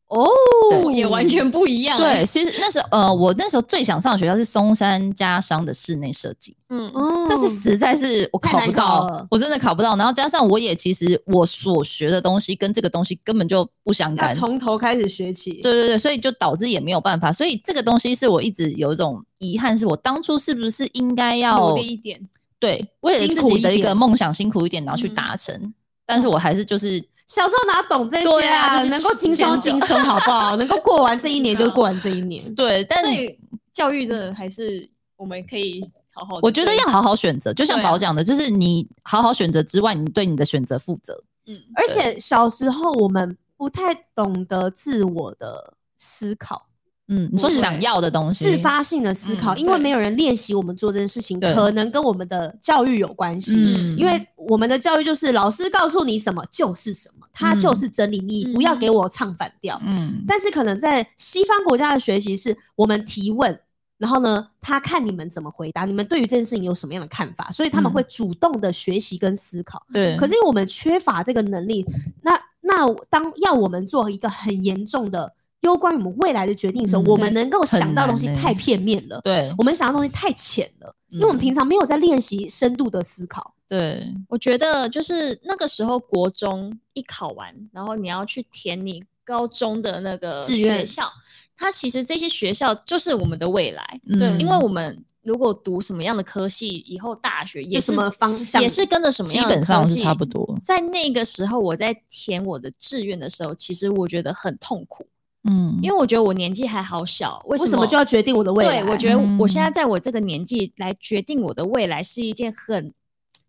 哦，
对
嗯也完全不一样，啊
对，，其实那时候呃，我那时候最想上的学校是松山家商的室内设计，
嗯
哦，
但是实在是我
太
考
难
不到
考了，
我真的考不到。然后加上我也其实我所学的东西跟这个东西根本就不相
要
干，
从头开始学起。
对对对，所以就导致也没有办法，所以这个东西是我一直有一种遗憾，是我当初是不是应该要
努力一点，
对为了
辛
自
苦
己
一
的一个
点
梦想辛苦一点，然后去
嗯
达成，但是我还是就是
小时候哪懂这
对
些
啊
啊？
就是
能够轻松
前
轻松好不 *laughs* 好？能够过完这一年就过完这一年。
对，但
所
是
以教育真的还是我们可以好好地对，
我觉得要好好选择，就像
对啊
宝讲的，就是你好好选择之外，你对你的选择负责。
嗯，
而且小时候我们不太懂得自我的思考，
嗯，你说
对
想要的东西，
自发性的思考，
嗯
因为
对
没有人练习我们做这件事情，
对
可能跟我们的教育有关系。
嗯
因为我们的教育就是老师告诉你什么就是什么，它就是真理，你不要给我唱反调。
嗯，
但是可能在西方国家的学习是，我们提问，然后呢，他看你们怎么回答，你们对于这件事情有什么样的看法，所以他们
嗯
会主动的学习跟思考。
对，
可是因为我们缺乏这个能力，那那当要我们做一个很严重的攸关于我们未来的决定的时候，
嗯
我们能够想
很
到
难
的东西
欸
太片面了，
对，
欸
我们想到的东西太浅了，因为我
嗯
们平常没有在练习深度的思考。
对，
我觉得就是那个时候国中一考完，然后你要去填你高中的那个
志愿
学校，它其实这些学校就是我们的未来，
嗯
因为我们如果读什么样的科系，以后大学也
有
是
什么方向
也是跟着什么
基
样的
本上
科
是
系
差不多，
在那个时候，我在填我的志愿的时候，其实我觉得很痛苦，
嗯，
因为我觉得我年纪还好小，为
为
么
什么就要决定我的未来？
对，我觉得我现在
嗯
在我这个年纪来决定我的未来是一件很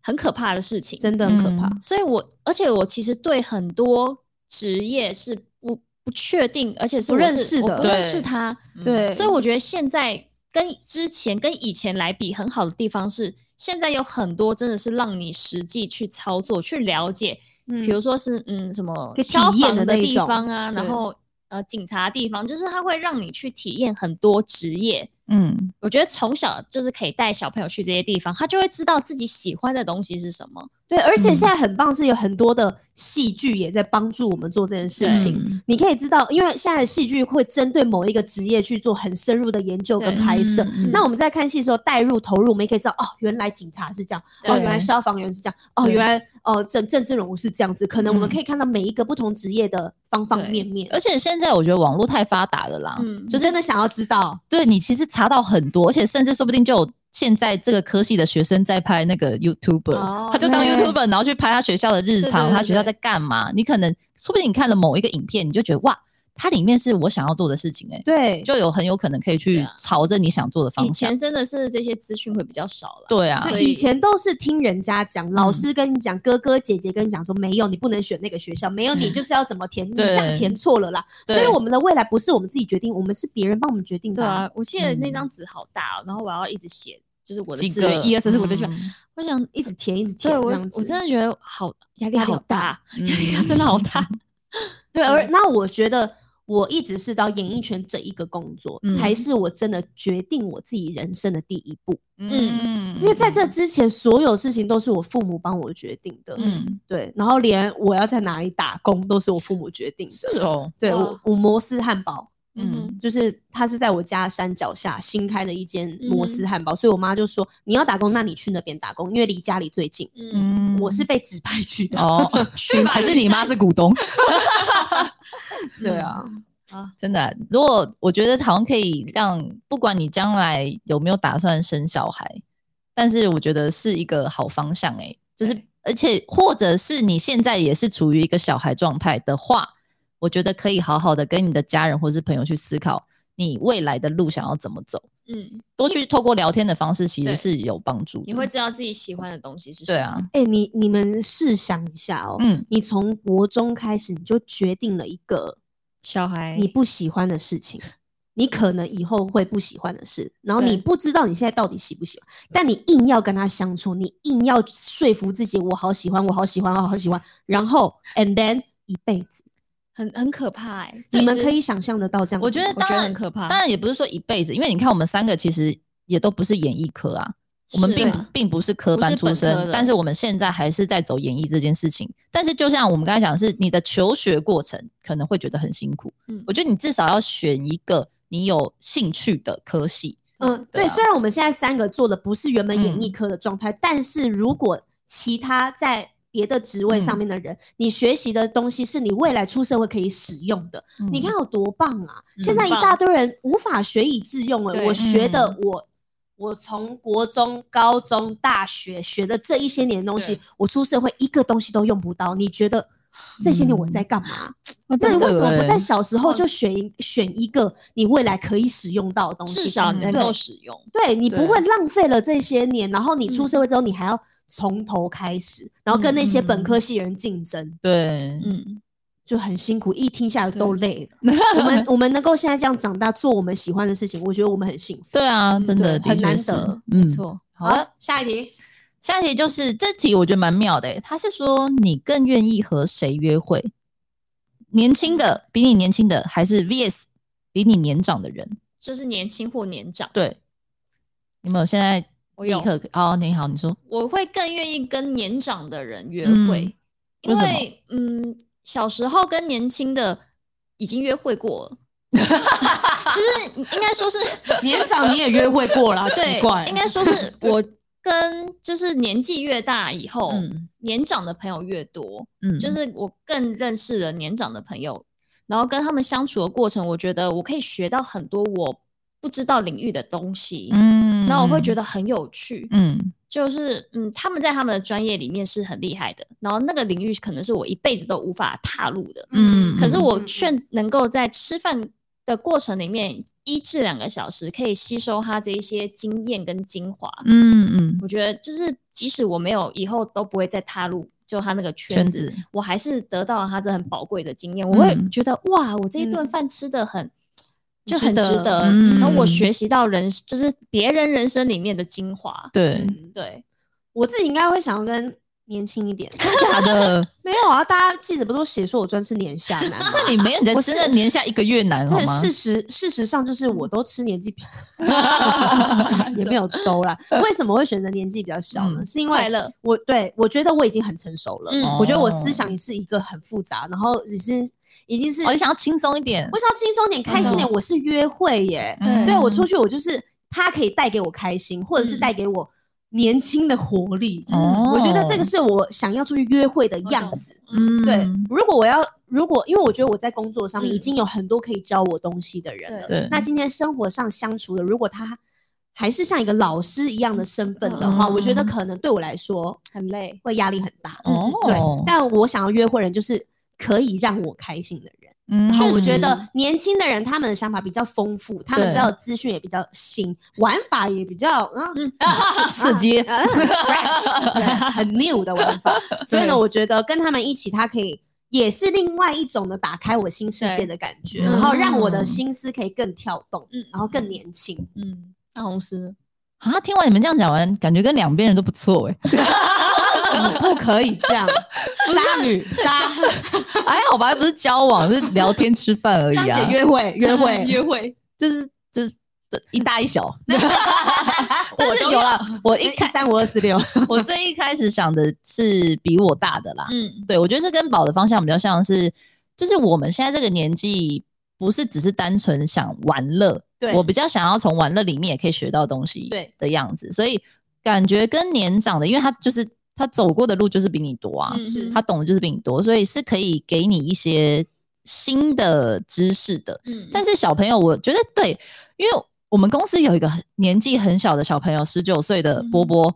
很可怕的事情，
真的很可怕。
嗯
所以我而且我其实对很多职业是不不确定，而且是
不
我
认
是
识
我
的
不认识
对
他，
嗯
对
所以我觉得现在跟之前跟以前来比，很好的地方是，现在有很多真的是让你实际去操作、去了解，
嗯
比如说是嗯什么
可以体
消
验
防
的
的
那一
地
种
方啊，然
对
后呃警察的地方，就是它会让你去体验很多职业。
嗯
我觉得从小就是可以带小朋友去这些地方，他就会知道自己喜欢的东西是什么。
对，而且
嗯
现在很棒，是有很多的戏剧也在帮助我们做这件事
对
情。
嗯
你可以知道，因为现在的戏剧会针对某一个职业去做很深入的研究跟
对
拍摄，
嗯
那我们在看戏的时候，带入投入，我们也可以知道哦，原来警察是这样，哦，
对
原来消防员是这样，哦，
对
原来哦政政治人物是这样子。可能我们
嗯
可以看到每一个不同职业的方方
对
面面，
而且现在我觉得网络太发达了啦，
嗯
就
就是
真的想要知道，
对你其实查到很多，而且甚至说不定就有现在这个科系的学生在拍那个 YouTuber，、
哦
他就当
对
YouTuber，然后去拍他学校的日常，
对对对
他学校在干嘛？你可能说不定你看了某一个影片，你就觉得哇，它里面是我想要做的事情、欸，哎，
对，
就有很有可能可以
对
去
啊
朝着你想做的
以
方向
前。真的是这些资讯会比较少了，
对啊，
所
所
以以
以
前都是听人家讲，老师跟你讲，哥哥姐姐跟你讲说，没有你不能选那个学校，没有你
嗯
就是要怎么填，你
对
这样填错了啦。所
对
以我们的未来不是我们自己决定，我们是别人帮我们决定
对
的啊。
啊，我记得那
嗯
张纸好大、哦，然后我要一直写，就是我的
几
志
个
愿一二三四五六七八，
嗯
我想
一直填，一直填，
对我
这样子
我真的觉得好压力
压力
好
好
大， *laughs*
嗯
压力真的好大。
对，而那我觉得我一直是到演艺圈这一个工作，
嗯
才是我真的决定我自己人生的第一步。
嗯
因为在这之前，所有事情都是我父母帮我决定的。嗯，
嗯
对，然后连我要在哪里打工都是我父母决定的。
是哦，
对我
哇，
我摩斯汉堡。
嗯
嗯
就是它是在我家山脚下新开的一间摩斯
嗯
汉堡，所以我妈就说你要打工，那你去那边打工，因为离家里最近。
嗯，
嗯
我是被指派去
*laughs*
的，
哦，
去吧
还是你妈是股东？
对啊，
真的啊、如果我觉得好像可以让，不管你将来有没有打算生小孩，但是我觉得是一个好方向诶、就是
对
而且或者是你现在也是处于一个小孩状态的话，我觉得可以好好的跟你的家人或是朋友去思考你未来的路想要怎么走，
嗯，
多去透过聊天的方式其
对
实是有帮助的。
你会知道自己喜欢的东西是什
对
么。
啊，
*laughs* 哎、你你们试想一下哦，
嗯
你从国中开始，你就决定了一个
小孩，
你不喜欢的事情，你可能以后会不喜欢的事，然后你
对
不知道你现在到底喜不喜欢，但你硬要跟他相处，你硬要说服自己，我好喜欢，我好喜欢，我好喜欢，然后 and then 一辈子，
很很可怕哎、
*laughs* 你们
其实
可以想象得到这样子吗？
我觉得
我
当
觉得
然
很可怕
当然也不是说一辈子，因为你看我们三个其实也都不是演艺科啊，我们
是
并
啊
并不是科
不
班
是
出
本科
身，
的
但是我们现在还是在走演艺这件事情。但是就像我们刚才讲的是，你的求学过程可能会觉得很辛苦，
嗯
我觉得你至少要选一个你有兴趣的科系，
嗯，
对
对，
啊
虽然我们现在三个做的不是原本演艺
嗯
科的状态，但是如果其他在别的职位上
嗯
面的人，你学习的东西是你未来出社会可以使用的，你
嗯
看有多棒啊！
嗯
现在一
很棒
大堆人无法学以致用哎、
对
我学的
嗯
我。我从国中、高中、大学学的这一些年的东西
对，
我出社会一个东西都用不到。你觉得这些年我
嗯欸
在干嘛？
我
那你为什么不在
在？
小时候就选一选一个你未来可以使用到的东西？
至少
嗯
能
对
够使用。
对你不
对
会浪费了这些年，然后你出
嗯
社会之后，你还嗯要从头开始，然后跟那些本科系人竞争。
对，
嗯，
就很辛苦，一听下来都累了。 *laughs* 我们我们能够现在这样长大，做我们喜欢的事情，我觉得我们很幸福。
对啊，真的
嗯对
的
很
确
难
是
得
没
嗯，
错，
好了，，
啊下一题，
下一题就是这题，我觉得蛮妙的、欸。他是说你更愿意和谁约会？年轻的比你年轻的，还是 VS 比你年长的人？
就是年轻或年长，
对，你们有现在
我
立
有，
刻哦，你好，你说
我会更愿意跟年长的人约会，
嗯
因
为什么
为嗯，小时候跟年轻的已经约会过
*laughs*
了。就是应该说是
年长你也约会过 *laughs* 啦，
对
奇怪，，
应该说是我跟就是年纪越大以后，
嗯
年长的朋友越多，
嗯，
就是我更认识了年长的朋友，然后跟他们相处的过程，我觉得我可以学到很多我不知道领域的东西，
嗯，
然后我会觉
得
得很有趣，
嗯
就是嗯，他们在他们的专业里面是很厉害的，然后那个领域可能是我一辈子都无法踏入的，
嗯
可是我却
劝
能够在吃饭的过程里面一至两个小时，可以吸收他这一些经验跟精华。
嗯嗯
我觉得就是，即使我没有以后都不会再踏入就他那个圈
圈
子，
子，
我还是得到了他这很宝贵的经验。我会
嗯
觉得、哇，我这一顿
嗯
饭吃的很。就
值
很值
得
得，
嗯
然后我学习到人就是别人人生里面的精华，
对，
嗯
对，
我自己应该会想要跟年轻一点。
*laughs*
*laughs*
假的，
没有啊，大家记者不都写说我专吃年下男 *laughs* 吗？
你没有你在
我
吃
是
那年下一个月难好
但
吗？
事实事实上就是我都吃年纪
*laughs*
比，也没有都啦。为什么会选择年纪比较小呢？
嗯
是因
快
为
乐，
我对我觉得我已经很成熟了，
嗯
我觉得我
哦
思想也是一个很复杂，然后只是已经是
哦，你想要轻松一点
我，想要轻松点、开心点。
嗯
我是约会耶，
嗯
对我出去我就是他可以带给我开心，或者是带给我年轻的活力。
哦
嗯我觉得这个是我想要出去约会的样子。
嗯
对，如果我要，如果因为我觉得我在工作上面已
嗯
经有很多可以教我东西的人了，
对
那今天生活上相处的，如果他还是像一个老师一样的身份的话，
嗯
我觉得可能对我来说
很累，
会压力很大。
哦，
嗯对，但我想要约会的人就是可以让我开心的人。
嗯
然后我
确
觉
实
得年轻的人他们的想法比较丰富，他们
对
知道的资讯也比较新，玩法也比较啊
嗯
刺激 *laughs*
啊很 *laughs* fresh，对很 new 的玩法。所以呢，我觉得跟他们一起，他可以也是另外一种的打开我新世界的感觉，
对
然后让我的
嗯
心思可以更跳动，
嗯
然后更年轻。
嗯，那红师，
啊，听完你们这样讲完，感觉跟两边人都不错 *laughs* 哎、
你不可以这 *laughs* 样，渣女渣，
还哎好吧，又不是交往，是聊天吃饭而
这
已
样
啊
写，约会约会 *laughs*
约会， *laughs*
就是就是对一大一小。但是有啦，我一
一
开
三五二四六，
我最一开始想的是比我大的啦，
嗯，
对我觉得这跟宝的方向比较像是，就是我们现在这个年纪。不是只是单纯想玩乐，
对
我比较想要从玩乐里面也可以学到东西，
对
的样子，所以感觉跟年长的，因为他就是他走过的路就是比你多啊，
嗯
是
他懂的就是比你多，所以是可以给你一些新的知识的。
嗯，
但是小朋友，我觉得对，因为我们公司有一个很年纪很小的小朋友，十九岁的
嗯
波波，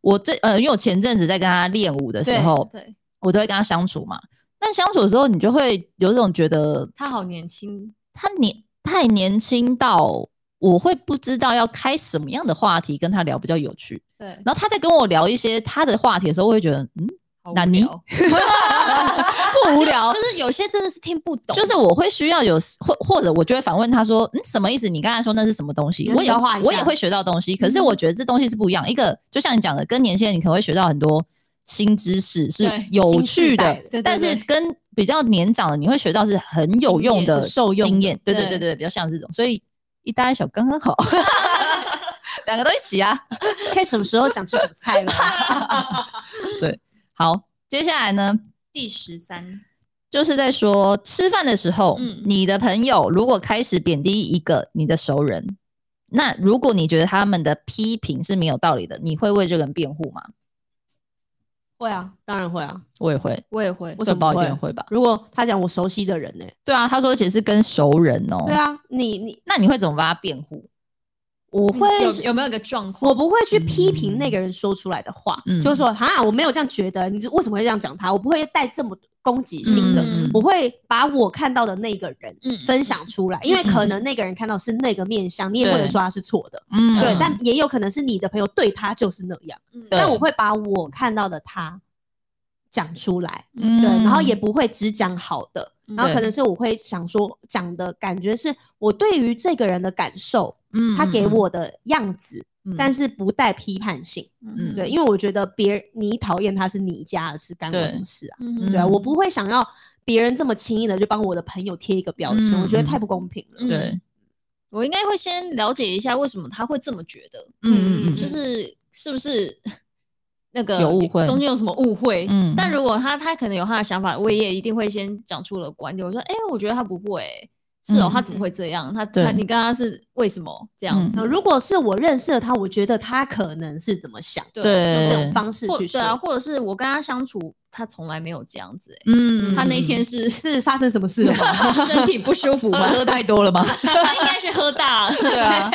我最呃，因为我前阵子在跟他练舞的时候，
对
我都会跟他相处嘛。但相处的时候，你就会有一种觉得
他好年轻，
他年太年轻到。我会不知道要开什么样的话题跟他聊比较有趣，
对，
然后他在跟我聊一些他的话题的时候，我会觉得，嗯，
好无
纳
*laughs*
尼
聊
不无聊，
就是有些真的是听不懂，
就是我会需要有或或者我就会反问他说，嗯，什么意思？你刚才说那是什么东西
你？要
我也
消化一下嗯
我也会学到东西，可是我觉得这东西是不一样。一个就像你讲的，跟年轻人你可能会学到很多新知识，是
对
有
新世
趣
代
的
的，对对
但是
对
跟比较年长的你会学到是很有用的
经验受用的
经验。对对
对
对对，比较像这种，所以一大一小刚刚
*laughs*
好，两个都一起啊。
看什么时候想吃什么菜了。
好，接下来呢，
第十三，
就是在说吃饭的时候，
嗯
你的朋友如果开始贬低一个你的熟人，那如果你觉得他们的批评是没有道理的，你会为这个人辩护吗？
*laughs* 会啊，当然会啊。
我也会，
我也会，
我
对
怎么
宝一
会
定会吧？
如果他讲我熟悉的人呢、
对啊，他说其实是跟熟人哦、
对，啊，你你
那你会怎么帮他辩护？
我会
有有没有一个状况？
我不会去批评那个人说出来的话，
嗯
就是说哈，我没有这样觉得，你就为什么会这样讲他？我不会带这么攻击性的，
嗯
我会把我看到的那个人
嗯
分享出来，因为可能那个人看到是那个面相，你也不能
对
说他是错的，
嗯
对，但也有可能是你的朋友对他就是那样，
嗯
对
但我会把我看到的他讲出来，
嗯
对，然后也不会只讲好的，然后可
对
能是我会想说讲的感觉是我对于这个人的感受，
嗯
他给，我的样子，
嗯
但是不带批判性，
嗯
对，因为我觉得别人你讨厌他是你家的事，干我什么
对
事啊？
嗯
对啊，
嗯
我不会想要别人这么轻易的就帮我的朋友贴一个标签，
嗯
我觉得太不公平了。
嗯
对，
我应该会先了解一下为什么他会这么觉得，
嗯嗯嗯，
就
嗯
是是不是 *laughs* 那个
有误会
中间有什么误会？
嗯
但如果他他可能有他的想法，我也一定会先讲出了观点。我说，哎、我觉得他不会、是哦，
嗯
他怎么会这样？他
对
他你刚刚是为什么这样
嗯
子？
呃如果是我认识了他，我觉得他可能是怎么想，
对
用这种
对
方式
或
去
对
说。
啊，或者是我跟他相处，他从来没有这样子、欸。
嗯
他那一天 *laughs*
嗯
是
是发生什么事了吗？
身体不舒服
嗯
吗？
喝太多了吧？
呃他应该是喝大了。
对啊，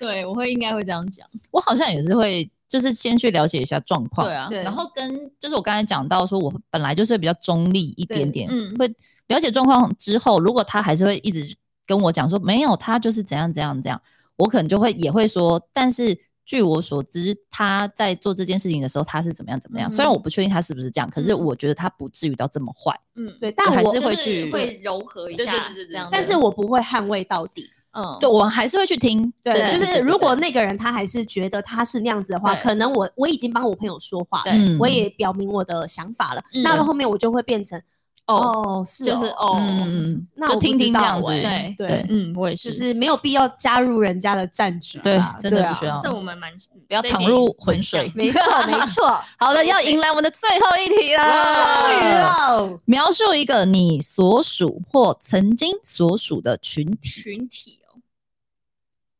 对，我会应该会这样讲。
*laughs* 我好像也是会，就是先去了解一下状况，
对啊，
对
然后跟就是我刚才讲到说，我本来就是比较中立一点点，
对嗯
会了解状况之后，如果他还是会一直跟我讲说没有，他就是怎样怎样怎样，我可能就会也会说，但是据我所知，他在做这件事情的时候，他是怎么样怎么样。虽然我不确定他是不是这样，可是我觉得他不至于到这么坏。
嗯，
*laughs*
对，但
还
我
是
就
会
是
去
会柔和一
对
下
对对对对
这样子。
但是我不会捍卫到底。
嗯，
对，我还是会去听。
对，就
对
是如果那个人他还是觉得他是那样子的话，
对
可能我我已经帮我朋友说话了，
嗯
我也表明我的想法了，
嗯
那到后面我就会变成
哦，
哦，是
就是
哦，
哦，
嗯，
那
就
我不
听
知
听这
道
样子，
欸
对
对
对
嗯，我也是，
就是没有必要加入人家的战局
对
啦，
真的
啊
不需要
这我们蛮不
不要淌入浑水。
*laughs* 没
*laughs*
错，没
*laughs*
错，
好的，要迎来我们的最后一题
终于
了。
了，
描述一个你所属或曾经所属的群体。
群体哦，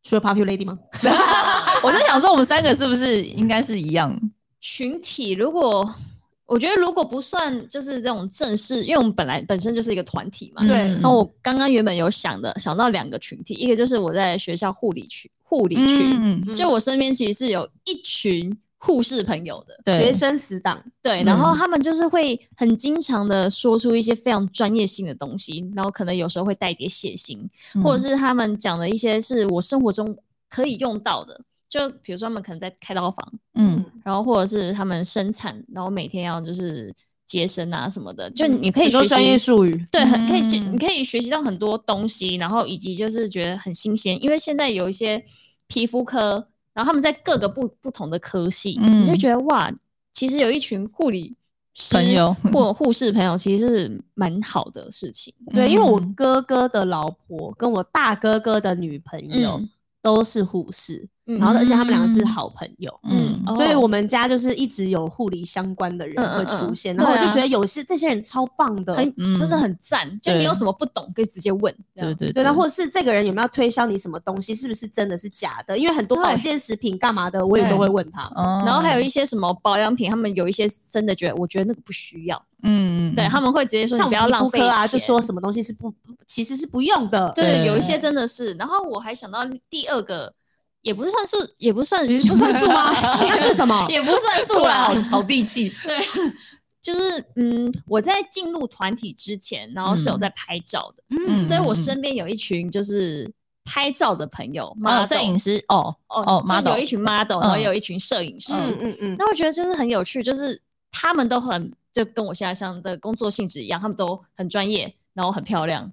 除了 Popular Lady 吗？
*laughs* 我就想说，我们三个是不是应该是一样？
群体如果。我觉得如果不算就是这种正式，因为我们本来本身就是一个团体
嗯
嘛。
对
那、我刚刚原本有想的，想到两个群体，一个就是我在学校护理群，护理群，
嗯，
就我身边其实是有一群护士朋友的，
对
学生死党，
对，然后
嗯
他们就是会很经常的说出一些非常专业性的东西，然后可能有时候会带一点血腥，
嗯
或者是他们讲的一些是我生活中可以用到的，就比如说他们可能在开刀房，
嗯
然后或者是他们生产，然后每天要就是接生啊什么的，就你可以
很
学
多
习
专业术语，
对，很可以学，你
嗯
可以学习到很多东西，然后以及就是觉得很新鲜，因为现在有一些皮肤科，然后他们在各个不不同的科系，你就
嗯
觉得哇，其实有一群护理师
朋友
或护士朋友，其实是蛮好的事情。
对，因为我
嗯
哥哥的老婆跟我大哥哥的女朋友
嗯
都是护士，
嗯
然后而且他们两个是
嗯
好朋友。
嗯
哦
所以我们家就是一直有护理相关的人
嗯嗯
会出
嗯
现，然后我就
对啊
觉得有些这些人超棒的，
很、哦哎真的
嗯
很赞，就你
对
有什么不懂可以直接问。这
对
样
对
对，那或者是这个人有没有推销你什么东西，是不是真的是假的？因为很多保
对嗯
健食品干嘛的，我也都会问他。
然
然后还有一些什么保养品，他们有一些真的觉得，我觉得那个不需要，
嗯
对他们会直接说你
像我
不要
们皮
浪
肤
费
科啊，就
钱
说什么东西是不其实是不用的。
对，
对
有一些真的是。然后我还想到第二个，也不是算素，也不算，
你不算数
*laughs*
吗？那 *laughs* 是什么？
也不算素
突然
啦。
好好地气，
*laughs* 对，就是嗯，我在进入团体之前，然后是有
嗯
在拍照的，
嗯，
所以我身边有一群就是拍照的朋友，
哦，
model
摄影师哦
哦
哦
就有
model
一群 model，然后
嗯
有一群摄影师。
嗯嗯嗯，
那我觉得就是很有趣，就是他们都很就跟我现在像的工作性质一样，他们都很专业，然后很漂亮，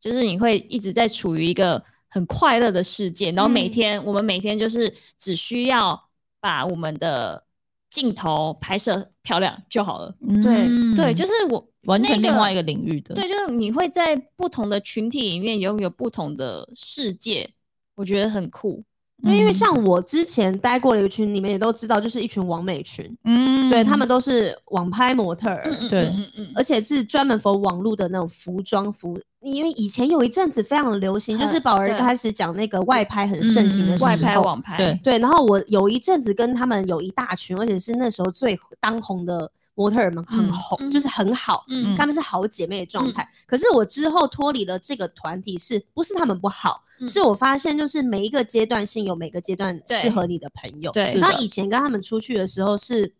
就是你会一直在处于一个很快乐的世界，然后每
嗯
天、我们每天就是只需要把我们的镜头拍摄漂亮就好了。
嗯
对，就是我
完全
那
另外一个领域的，
对，就是你会在不同的群体里面拥有不同的世界，我觉得很酷。
因为因为
嗯
像我之前待过的一个群，你们也都知道，就是一群网美群，
嗯
对他们都是网拍模特儿，
嗯
对
嗯嗯
而且是专门 for 网络的那种服装服。因为以前有一阵子非常流行，就是
很
宝儿
对
开始讲那个外拍很盛行的
嗯
嗯，
时
外拍
候
网拍，
对
对，然后我有一阵子跟他们有一大群，而且是那时候最当红的模特儿们，很
嗯
红，
嗯
就是很好，
嗯
她们是好姐妹的状态。可是我之后脱离了这个团体是，不是他们不好，
嗯
是我发现就是每一个阶段性有每个阶段适
对
合你的朋友。
对
是
那
的
以前跟他们出去的时候是，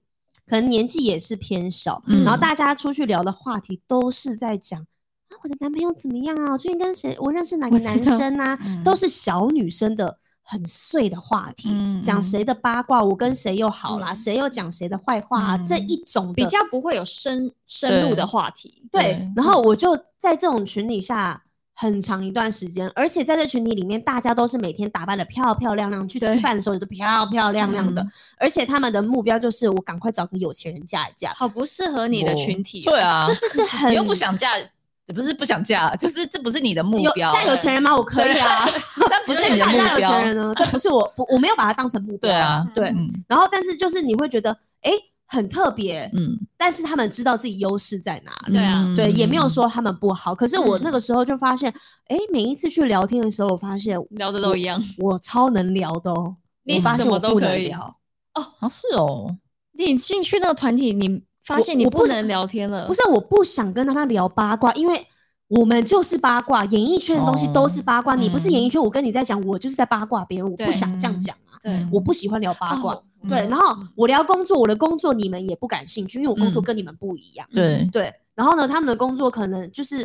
可能年纪也是偏小，
嗯
然后大家出去聊的话题都是在讲啊，我的男朋友怎么样啊？我最近跟谁？我认识哪个
我知
男
道
生啊？
嗯
都是小女生的很碎的话题，
嗯
讲
嗯
谁的八卦，我跟谁又好啦，
嗯
谁又讲谁的坏话、啊，这
嗯
一种的
比较不会有深深入的话题。
对
对，嗯
然后我就在这种群体下很长一段时间，而且在这群体里面，大家都是每天打扮的漂漂亮亮，去吃
对
饭的时候也都漂漂亮亮的，
嗯
而且他们的目标就是我赶快找个有钱人嫁一嫁，
好不适合你的
我
群体、哦
对，啊，
就是是
*laughs*
很
你又不想嫁，也不是不想嫁，就是这不是你的目
有
标。
嫁有钱人吗？我可以啊，
但不
不
是你的
*laughs* 嫁
目
有钱
标。
人呢，这不是我不我没有把它当成目标，
对啊，
对，
嗯
然后但是就是你会觉得诶很特别，
嗯，
但是他们知道自己优势在哪里。
对啊
嗯
对，也没有，说他们不好，可是我那
嗯
个时候就发现，哎、每一次去聊天的时候，我发现
聊的都一样，
我超能聊的哦，
你
我发
什
现
么
我
都
不能
可以
聊，
啊是哦，
你进去那个团体，你发现你
我不
不
是
能聊天了，
不是我不想跟他们聊八卦，因为我们就是八卦，演艺圈的东西都是八卦，
哦
你不是演
嗯
艺圈，我跟你在讲，我就是在八卦别人，我不
对
想这样讲啊，
对
嗯
我不喜欢聊八卦。
哦
对，
嗯
然后我聊工作，我的工作你们也不感兴趣，因为我工作
嗯
跟你们不一样。
对，
对，然后呢，他们的工作可能就是，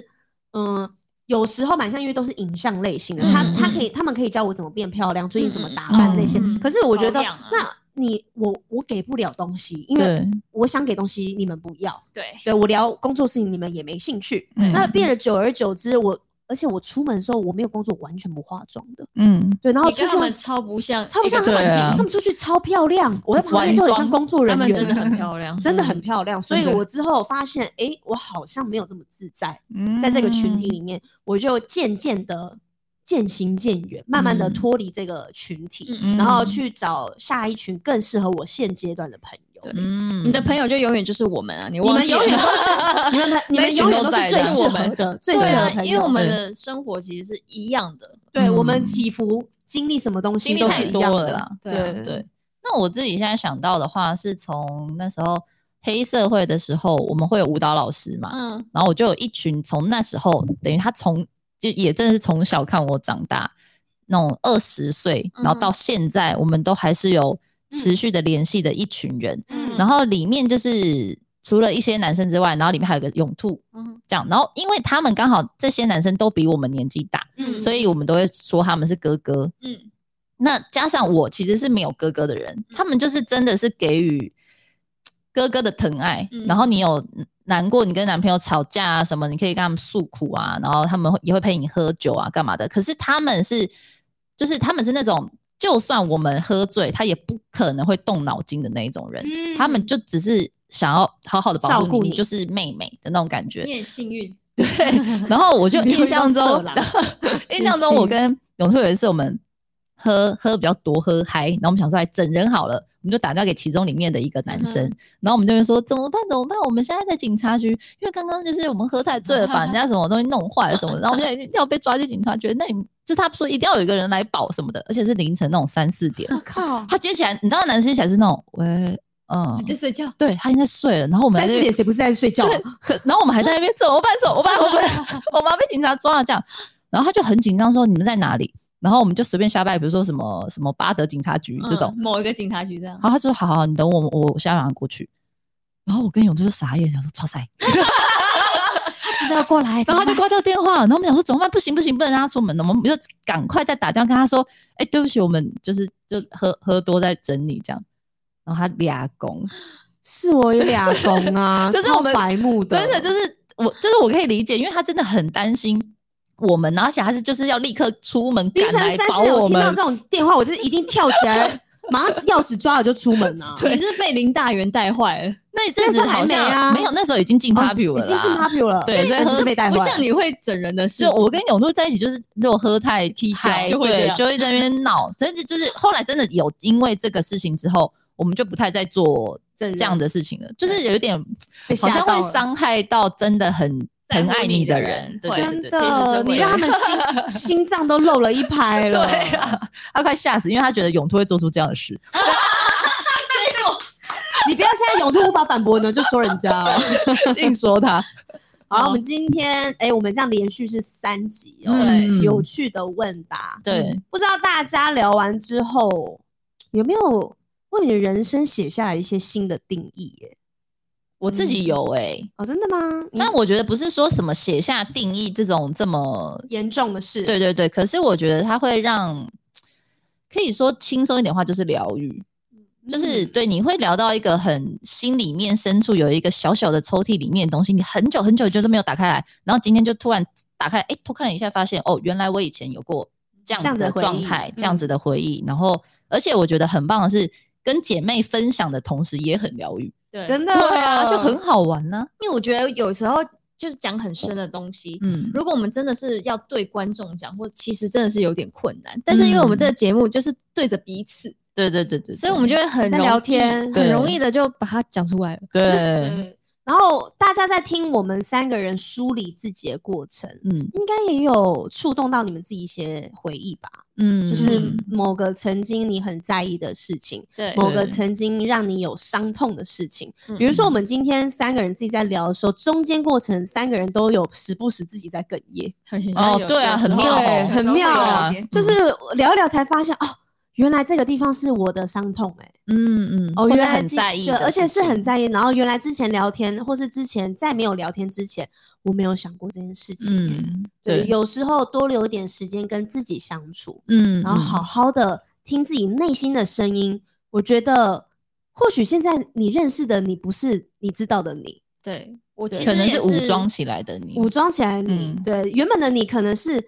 嗯、有时候蛮像，因为都是影像类型的，他
嗯
他
嗯
可以，他们可以教我怎么变漂亮，最近怎么
嗯嗯
打
嗯
扮那些。
嗯
可是我觉
保
得，
养啊
那你我我给不了东西，因为
对，
我想给东西，你们不要。
对，
对我聊工作事情，你们也没兴趣。
嗯
那变了，久而久之，我而且我出门的时候我没有工作，我完全不化妆的。
嗯，
对，然后
你
出
跟他们
去
超不像，
超不像他
对
们，
啊
他们出去超漂亮，我在旁边就很像
完妆
工作
他
人
们
员，
真的很漂亮，
真
嗯
的很漂亮。所以
真的
我之后发现，诶，我好像没有这么自在，在这个
嗯
群体里面，我就渐渐的渐行渐远，慢慢的
嗯
脱离这个群体，
嗯
然后，去找下一群更适合我现阶段的朋友。
嗯
你的朋友就永远就是我们啊，你
你
忘
们
记
永远
了
都是你们的你
那
们
群
永远
都
都是
在
最
的
适
我
合
们
的，最适
对
合
啊
的，朋
因为我
友。
们
对
的生活其实是一样的，
对我们
嗯
起伏经历什么东西
经历
都
太
是一
多
样
了
的
啦
对
对啊
对，那我自己现在想到的话，是从那时候黑社会的时候，我们会有舞蹈老师嘛，
嗯，
然后我就有一群从那时候，等于他从就也真的是从小看我长大，那种二十岁，然后到
嗯
现在，我们都还是有
嗯
持续的联系的一群人。
嗯
然后里面就是除了一些男生之外，然后里面还有个泳兔
嗯
这样，然后因为他们刚好这些男生都比我们年纪大，
嗯
所以我们都会说他们是哥哥。
嗯
那加上我其实是没有哥哥的人，他们就是真的是给予哥哥的疼爱。
嗯
然后你有难过，你跟男朋友吵架啊什么，你可以跟他们诉苦啊，然后他们会也会陪你喝酒啊干嘛的。可是他们是，就是他们是那种，就算我们喝醉，他也不可能会动脑筋的那一种人。
嗯
他们就只是想要好好的保护
照顾
你
你
就是妹妹的那种感觉。
你很幸运，
然后我就
不要
印象
用色
中
狼，
*laughs* 印象中我跟永兔有一次我们喝喝比较多喝嗨，然后我们想说来整人好了，我们就打电话给其中里面的一个男生，
嗯
然后我们就会说怎么办怎么办？我们现在在警察局，因为刚刚就是我们喝太醉了，把人家什么东西弄坏了什么的，然后我们现在要被抓去警察局，那你们就是他说一定要有一个人来保什么的，而且是凌晨那种三四点，
我靠，
他接起来，你知道男生接起来是那种喂，嗯
你，在睡觉，
对他已经在睡了，然后我们还
三
在
四
那边
点谁不是在睡觉啊？
可然后我们还在那边走，我办走，我办我办， *laughs* 我妈被警察抓了这样，然后他就很紧张说你们在哪里？然后我们就随便瞎掰，比如说什么什么巴德警察局这种，
嗯某一个警察局这样
然，后他说好好，你等我，我我现在马上过去。然后我跟永志就傻眼，想说哇塞，
知道过来，
然后他就挂掉电话，然后我们想说怎么办？不行不行，不能让他出门了，我们就赶快再打电话跟他说，哎、对不起，我们就是就喝喝多在整理这样。然后他俩拱，
是我有俩公啊，
就是
超
我们
白目的，
真的就是我，就是我可以理解，因为他真的很担心我们，然后而且他是就是要立刻出门
凌
赶
晨
来
三
保
四点，我
我
听到
们
这。种电话，我就是一定跳起
*laughs*
来，马上钥匙抓了就出门啊。
你是被林大元带坏了，
那一阵子好
那时候还
像
没啊
有，那时候已经进 Papi 了
已经进
啦。
Papi 了，
对所以
呃你
喝
是被带
不
坏
像
了。
你会整人的事情，
就我跟永诺在一起，就是如果喝太嗨，
就会这
对，
样
就会在那边闹。甚至就是后来真的有因为这个事情之后，我们就不太再做
整
这
人
样的事情了，就是有一点
被
好
吓
像
到了
会伤害到真的很
在
很
乎
爱
你
的
的
人
人。
对
会
对
真
对对，
的，
对
你让他们
*laughs*
心心脏都漏了一拍了。
对啊，他快吓死，因为他觉得永兔会做出这样的事。
你不要现在永兔无法反驳呢，就说人家。
*laughs* 硬说他。
好，我们今天哎，我们这样连续是三集哦，
嗯
有趣的问答。嗯
对，
不知道大家聊完之后有没有为你的人生写下一些新的定义？耶？
我自己有哎、
哦，真的吗？你
但我觉得不是说什么写下定义这种这么，
严重的事，
对对对，可是我觉得它会让可以说轻松一点的话就是疗愈，就是
嗯
对你会聊到一个很心里面深处有一个小小的抽屉里面的东西，你很久很久就都没有打开来，然后今天就突然打开来，哎、偷看了一下，发现哦，原来我以前有过这样
这
子
样子
的
的回
状
忆
态，这
嗯
样子的回忆，然后而且我觉得很棒的是。跟姐妹分享的同时，也很疗愈。
对，
真的
对啊，就很好玩呢、
因为我觉得有时候就是讲很深的东西，
嗯，
如果我们真的是要对观众讲，或其实真的是有点困难。但是因为我们这个节目就是对着彼此，
对对对对，
所以我们就会很
在
容易
聊天
很
对
容易的就把它讲出来了。
对，
嗯
嗯
对。然后大家在听我们三个人梳理自己的过程，
嗯
应该也有触动到你们自己一些回忆吧？
嗯，
就是某个曾经你很在意的事情，
对
某个
对
曾经让你有伤痛的事情。
嗯
比如说，我们今天三个人自己在聊的时候，中间过程三个人都有时不时自己在哽咽，
很很
哦
像有
对啊
有时
很
候
妙
有
哦
时候
很
会
妙
有
啊
点
就是聊一聊才发现哦，原来这个地方是我的伤痛哎、
嗯嗯，或
哦，原
是
来
很
记
在意
对，
的事情，
而且是很在意。然后原来之前聊天，或是之前在没有聊天之前，我没有想过这件事情。
嗯
对，
对，
有时候多留一点时间跟自己相处，
嗯，
然后好好的听自己内心的声音。我觉得，或许现在你认识的你不是你知道的你，
嗯对我
对
其实
可能
也
是
是
武装起来的你，
武装起来的你，
嗯
对原本的你可能是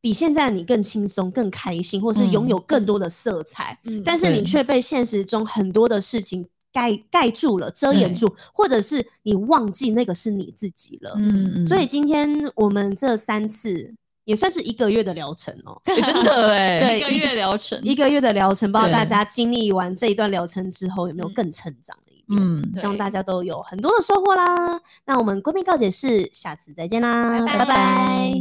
比现在的你更轻松、更开心，或是拥
嗯
有更多的色彩。
嗯，
但是你
对
却被现实中很多的事情盖盖住了、遮掩
对
住，或者是你忘记那个是你自己了。
嗯嗯，
所以今天我们这三次也算是一个月的疗程哦，
诶真的哎，
对
一个月疗程，
一个月的疗程，不知道
对
大家经历完这一段疗程之后有没有更成长的一面？
嗯，
希望
对
大家都有很多的收获啦。那我们闺蜜告解室下次再见啦，
拜
拜拜